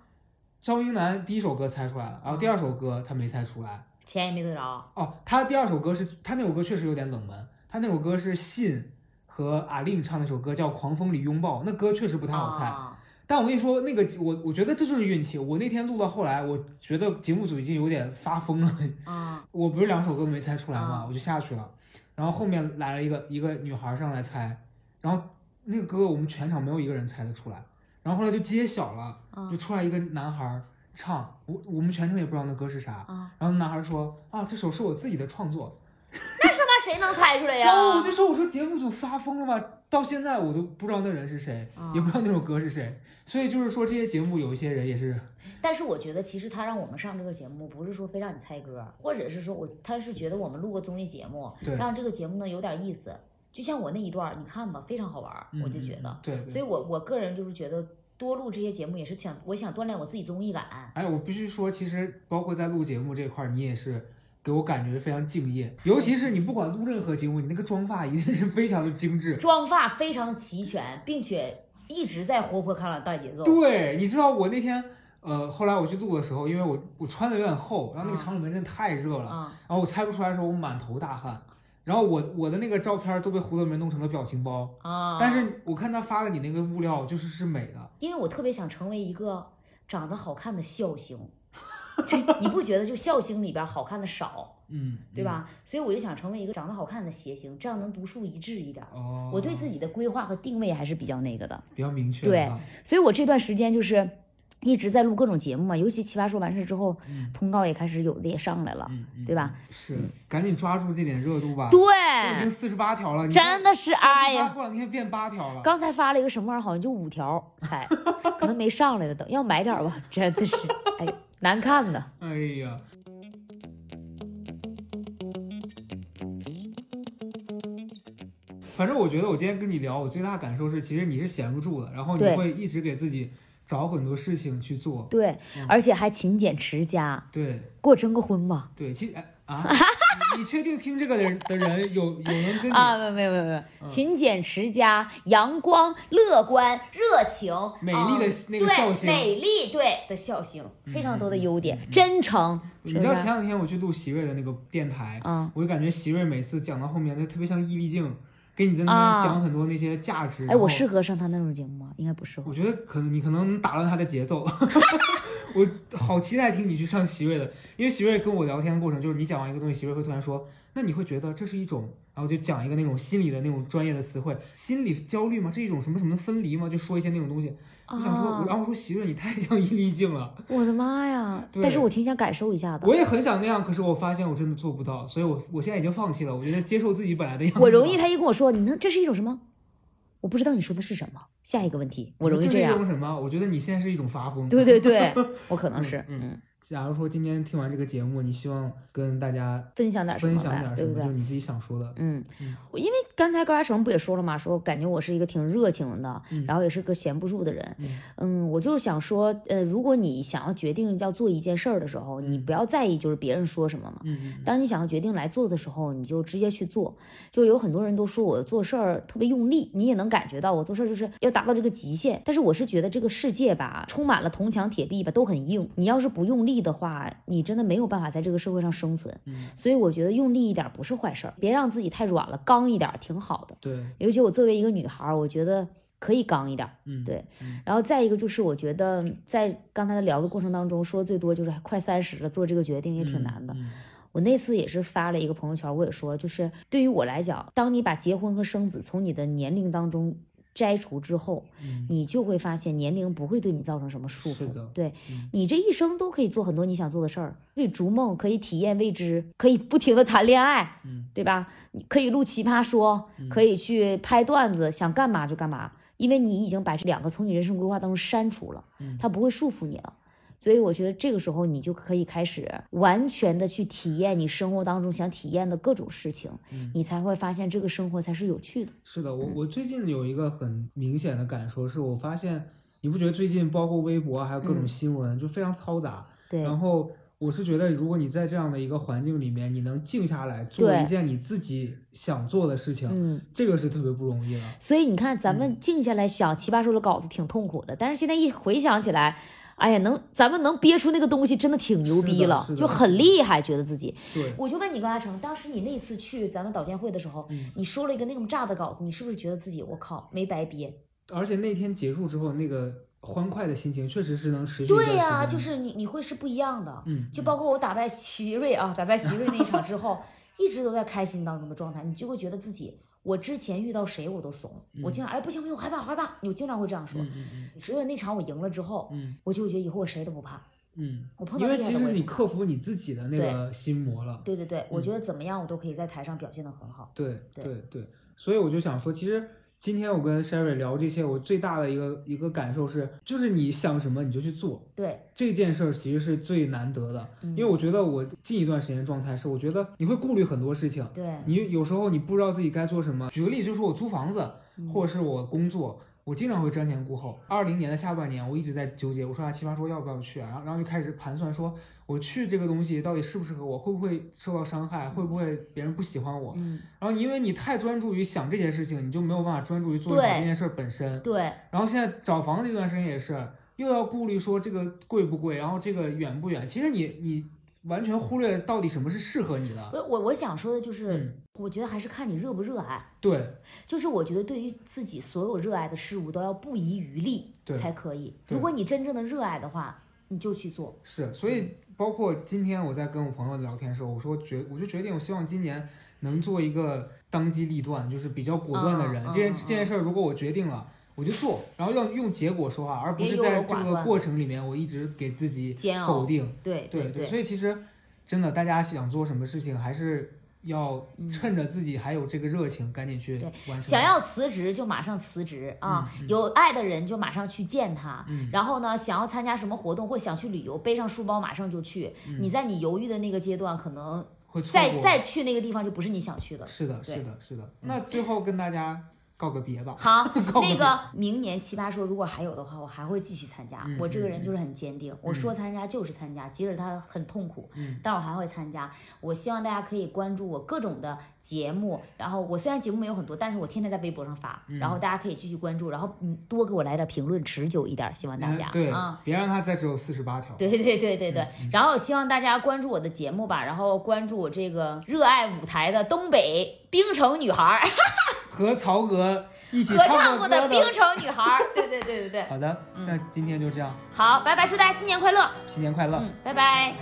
B: 赵英男第一首歌猜出来了，然后第二首歌他没猜出来。
A: 钱也没得着。
B: 哦，他第二首歌是他那首歌确实有点冷门，他那首歌是信和阿令唱那首歌叫《狂风里拥抱》，那歌确实不太好猜。
A: 啊
B: 但我跟你说，那个我我觉得这就是运气。我那天录到后来，我觉得节目组已经有点发疯了。
A: 啊
B: 我不是两首歌都没猜出来嘛，
A: 啊
B: 我就下去了。然后后面来了一个一个女孩上来猜，然后那个歌我们全场没有一个人猜得出来。然后后来就揭晓了，
A: 啊
B: 就出来一个男孩唱，我我们全程也不知道那歌是啥。
A: 啊！
B: 然后男孩说啊，这首是我自己的创作。
A: 那他妈谁能猜出来呀
B: 然？后我就说，我说节目组发疯了吧？到现在我都不知道那人是谁，
A: 啊
B: 也不知道那首歌是谁。所以就是说，这些节目有一些人也是
A: 但是我觉得，其实他让我们上这个节目，不是说非让你猜歌，或者是说我他是觉得我们录个综艺节目，
B: 对，
A: 让这个节目呢有点意思。就像我那一段儿，你看吧，非常好玩儿，
B: 嗯
A: 我就觉得。
B: 对。对
A: 所以我我个人就是觉得多录这些节目也是想，我想锻炼我自己综艺感。
B: 哎，我必须说，其实包括在录节目这块儿，你也是给我感觉非常敬业。尤其是你不管录任何节目，你那个妆发一定是非常的精致。
A: 妆发非常齐全，并且一直在活泼开朗带节奏。
B: 对，你知道我那天，呃，后来我去录的时候，因为我我穿的有点厚，然后那个
A: 啊
B: 厂里面真的太热了，
A: 啊
B: 然后我猜不出来的时候，我满头大汗。然后我我的那个照片儿都被胡子梅弄成了表情包，
A: 啊！
B: 但是我看他发的你那个物料就是是美的，
A: 因为我特别想成为一个长得好看的笑星， 这你不觉得就笑星里边儿好看的少？
B: 嗯，
A: 对？吧？所以我就想成为一个长得好看的谐星，这样能独树一帜一点儿。
B: 哦，
A: 我对自己的规划和定位还是比较那个的，
B: 比较明确，
A: 对，所以我这段时间就是一直在录各种节目嘛，尤其《奇葩说》完事之后，
B: 嗯
A: 通告也开始有的也上来了，
B: 嗯，嗯
A: 对吧？
B: 是，赶紧抓住这点热度吧。都已经
A: 对，
B: 四十八条了，你
A: 哎真的是哎
B: 呀，
A: 呀，
B: 过两天变八条了。
A: 刚才发了一个什么玩意儿，好像就五条才，可能没上来的，等要买点儿吧，真的是哎呀难看的。
B: 哎呀，反正我觉得我今天跟你聊，我最大感受是，其实你是闲不住的，然后你
A: 对
B: 会一直给自己找很多事情去做。
A: 对
B: 嗯，
A: 而且还勤俭持家，
B: 对
A: 给我征个婚吧。
B: 对，其实哎啊， 你你确定听这个的人的人有有能跟你？
A: 啊，没有没有没有没有，
B: 嗯
A: 勤俭持家，阳光、乐观、热情，
B: 美丽的
A: 嗯
B: 那个笑星
A: 对美丽对的笑星，非常多的优点，
B: 嗯嗯嗯
A: 真诚，
B: 你
A: 是
B: 知
A: 不
B: 道
A: 是
B: 前？两天我去录席瑞的那个电台，
A: 嗯，
B: 我就感觉席瑞每次讲到后面，他特别像易立竞，给你在那
A: 啊
B: 边讲很多那些价值。
A: 哎，我
B: 是。
A: 适合上他那种节目吗？应该不适合
B: 我。觉得可能你可能打乱他的节奏， 我好期待听你去上席瑞的，因为席瑞跟我聊天的过程就是你讲完一个东西，席瑞会突然说，那你会觉得这是一种，然后就讲一个那种心理的那种专业的词汇，心理焦虑吗？这是一种什么什么分离吗？就说一些那种东西，我想说，我
A: 啊，
B: 然后我说席瑞你太像易 立竞了，
A: 我的妈呀！
B: 对
A: 但是我挺想感受一下的
B: 我。也很想那样，可是我发现我真的做不到，所以我我现在已经放弃了，我觉得接受自己本来的样子吧，
A: 我容易，他一跟我说，你能这是一种什么？我不知道你说的是什么。下一个问题，我容易
B: 这
A: 这
B: 是一
A: 样
B: 种。什么？我觉得你现在是一种发疯，
A: 对对对，我可能是
B: 嗯嗯
A: 嗯，
B: 假如说今天听完这个节目，你希望跟大家
A: 分享点什
B: 分
A: 么
B: 享点
A: 呗，
B: 什
A: 对不
B: 么，
A: 对
B: 就？你自己想说的。
A: 嗯
B: 嗯，
A: 我因为刚才高嘉诚不也说了嘛，说感觉我是一个挺热情的，
B: 嗯
A: 然后也是个闲不住的人。
B: 嗯
A: 嗯，我就是想说，呃，如果你想要决定要做一件事儿的时候，你
B: 嗯
A: 不要在意就是别人说什么嘛。
B: 嗯
A: 当你想要决定来做的时候，你就直接去做。就有很多人都说我做事儿特别用力，你也能感觉到我做事儿就是要达到这个极限。但是我是觉得这个世界吧，充满了铜墙铁壁吧，都很硬。你要是不用力的话，你真的没有办法在这个社会上生存。
B: 嗯
A: 所以我觉得用力一点儿不是坏事儿，别让自己太软了，刚一点儿挺好的。
B: 对，
A: 尤其我作为一个女孩儿，我觉得可以刚一点儿。
B: 嗯
A: 对
B: 嗯
A: 然后再一个就是，我觉得在刚才的聊的过程当中，说最多就是快三十了，做这个决定也挺难的。
B: 嗯
A: 我那次也是发了一个朋友圈，我也说，就是对于我来讲，当你把结婚和生子从你的年龄当中摘除之后，
B: 嗯
A: 你就会发现年龄不会对你造成什么束
B: 是
A: 缚
B: 的。
A: 对
B: 嗯
A: 你这一生都可以做很多你想做的事儿，可以逐梦，可以体验未知，可以不停的谈恋爱。
B: 嗯
A: 对吧？你可以录奇葩说，可以去拍段子，想干嘛就干嘛，因为你已经把这两个从你人生规划当中删除了，
B: 嗯
A: 它不会束缚你了。所以我觉得这个时候你就可以开始完全的去体验你生活当中想体验的各种事情，
B: 嗯
A: 你才会发现这个生活才是有趣的。
B: 是的，我我最近有一个很明显的感受，是我发现你不觉得最近包括微博啊还有各种
A: 嗯
B: 新闻、就非常嘈杂，
A: 对，
B: 然后我是觉得，如果你在这样的一个环境里面，你能静下来做
A: 对
B: 一件你自己想做的事情，
A: 嗯，
B: 这个是特别不容易的。
A: 所以你看，咱
B: 嗯
A: 们静下来想奇葩说的稿子挺痛苦的，但是现在一回想起来，哎呀，能咱们能憋出那个东西，真的挺牛逼了
B: 是的是，
A: 就
B: 的
A: 很厉害，觉得自己。
B: 对，
A: 我就问你高嘉诚，当时你那次去咱们导监会的时候，
B: 嗯
A: 你说了一个那种炸的稿子，你是不是觉得自己我靠没白憋？
B: 而且那天结束之后，那个欢快的心情确实是能持续一段
A: 对呀、
B: 时间
A: 就
B: 的
A: 是你你会是不一样的，
B: 嗯，
A: 就包括我打败席瑞啊，打败席瑞那一场之后，一直都在开心当中的状态，你就会觉得自己。我之前遇到谁我都怂，我经常哎不行不行，我害怕我害怕，你我经常会这样说。
B: 嗯嗯嗯
A: 只有那场我赢了之后，
B: 嗯
A: 我就觉得以后我谁都不怕。
B: 嗯，
A: 我碰到
B: 因为
A: 厉害
B: 其
A: 的我
B: 实嗯
A: 也
B: 你克服你自己的那个心魔了。
A: 对对对，我觉得怎么样我都可以在台上表现的很好。
B: 对
A: 对
B: 对对，所以我就想说，其实今天我跟 Sherry 聊这些，我最大的一个一个感受是，就是你想什么你就去做，
A: 对，
B: 这件事儿其实是最难得的，
A: 嗯
B: 因为我觉得我近一段时间状态是，我觉得你会顾虑很多事情，
A: 对，
B: 你有时候你不知道自己该做什么。举个例，就是我租房子，
A: 嗯
B: 或者是我工作，我经常会瞻前顾后。二零年的下半年，我一直在纠结，我说啊，奇葩说要不要去啊？然后然后就开始盘算说，我去这个东西到底适不适合我，会不会受到伤害，会不会别人不喜欢我？
A: 嗯，
B: 然后因为你太专注于想这件事情，你就没有办法专注于做
A: 对
B: 好这件事儿本身。
A: 对，
B: 然后现在找房子这段时间也是，又要顾虑说这个贵不贵，然后这个远不远。其实你你完全忽略了到底什么是适合你的。
A: 我我我想说的就是，
B: 嗯，
A: 我觉得还是看你热不热爱。
B: 对
A: 就是我觉得对于自己所有热爱的事物都要不遗余力
B: 对
A: 才可以。
B: 对
A: 如果你真正的热爱的话，你就去做。
B: 是，所
A: 嗯
B: 以包括今天我在跟我朋友聊天的时候，我说决我就决定，我希望今年能做一个当机立断，就是比较果断的人。
A: 嗯
B: 这件
A: 嗯
B: 这件事儿如果我决定了。我就做，然后要用结果说话，而不
A: 别
B: 是
A: 优柔
B: 在
A: 寡
B: 这个
A: 断
B: 过程里面，我一直给自己
A: 煎熬
B: 否定。
A: 对
B: 对
A: 对，
B: 所以其实真的，大家想做什么事情，还是要趁着自己还有这个热情，赶紧去
A: 嗯对
B: 完成。
A: 想要辞职就马上辞职啊！有爱的人就马上去见他。
B: 嗯
A: 然后呢，想要参加什么活动或想去旅游，背上书包马上就去。你在你犹豫的那个阶段，可能
B: 会嗯错
A: 再
B: 过
A: 再去那个地方就不是你想去的。
B: 是的，
A: 对
B: 是的，是的。那最后跟大家告个别吧。，
A: 好 那
B: 告别
A: 个明年奇葩说如果还有的话，我还会继续参加。
B: 嗯
A: 我这个
B: 嗯
A: 人就是很坚定，我说参加就是参加，即使它很痛苦，
B: 嗯
A: 但我还会参加。我希望大家可以关注我各种的节目，然后我虽然节目没有很多，但是我天天在微博上发，
B: 嗯
A: 然后大家可以继续关注，然后嗯多给我来点评论，持久一点，希望大
B: 嗯
A: 家
B: 对嗯
A: 啊。，
B: 别让它再只有四十八条。
A: 对对对对对，然后希望大家关注我的节目吧，然后关注我这个热爱舞台的东北冰城女 孩儿
B: 和曹格一起
A: 合唱
B: 过
A: 过
B: 歌
A: 的冰嗯城女孩儿，对对对对对。
B: 好的，那今天就这样，
A: 好，拜拜，祝大家新年快乐，
B: 新年快乐。
A: 嗯，拜拜。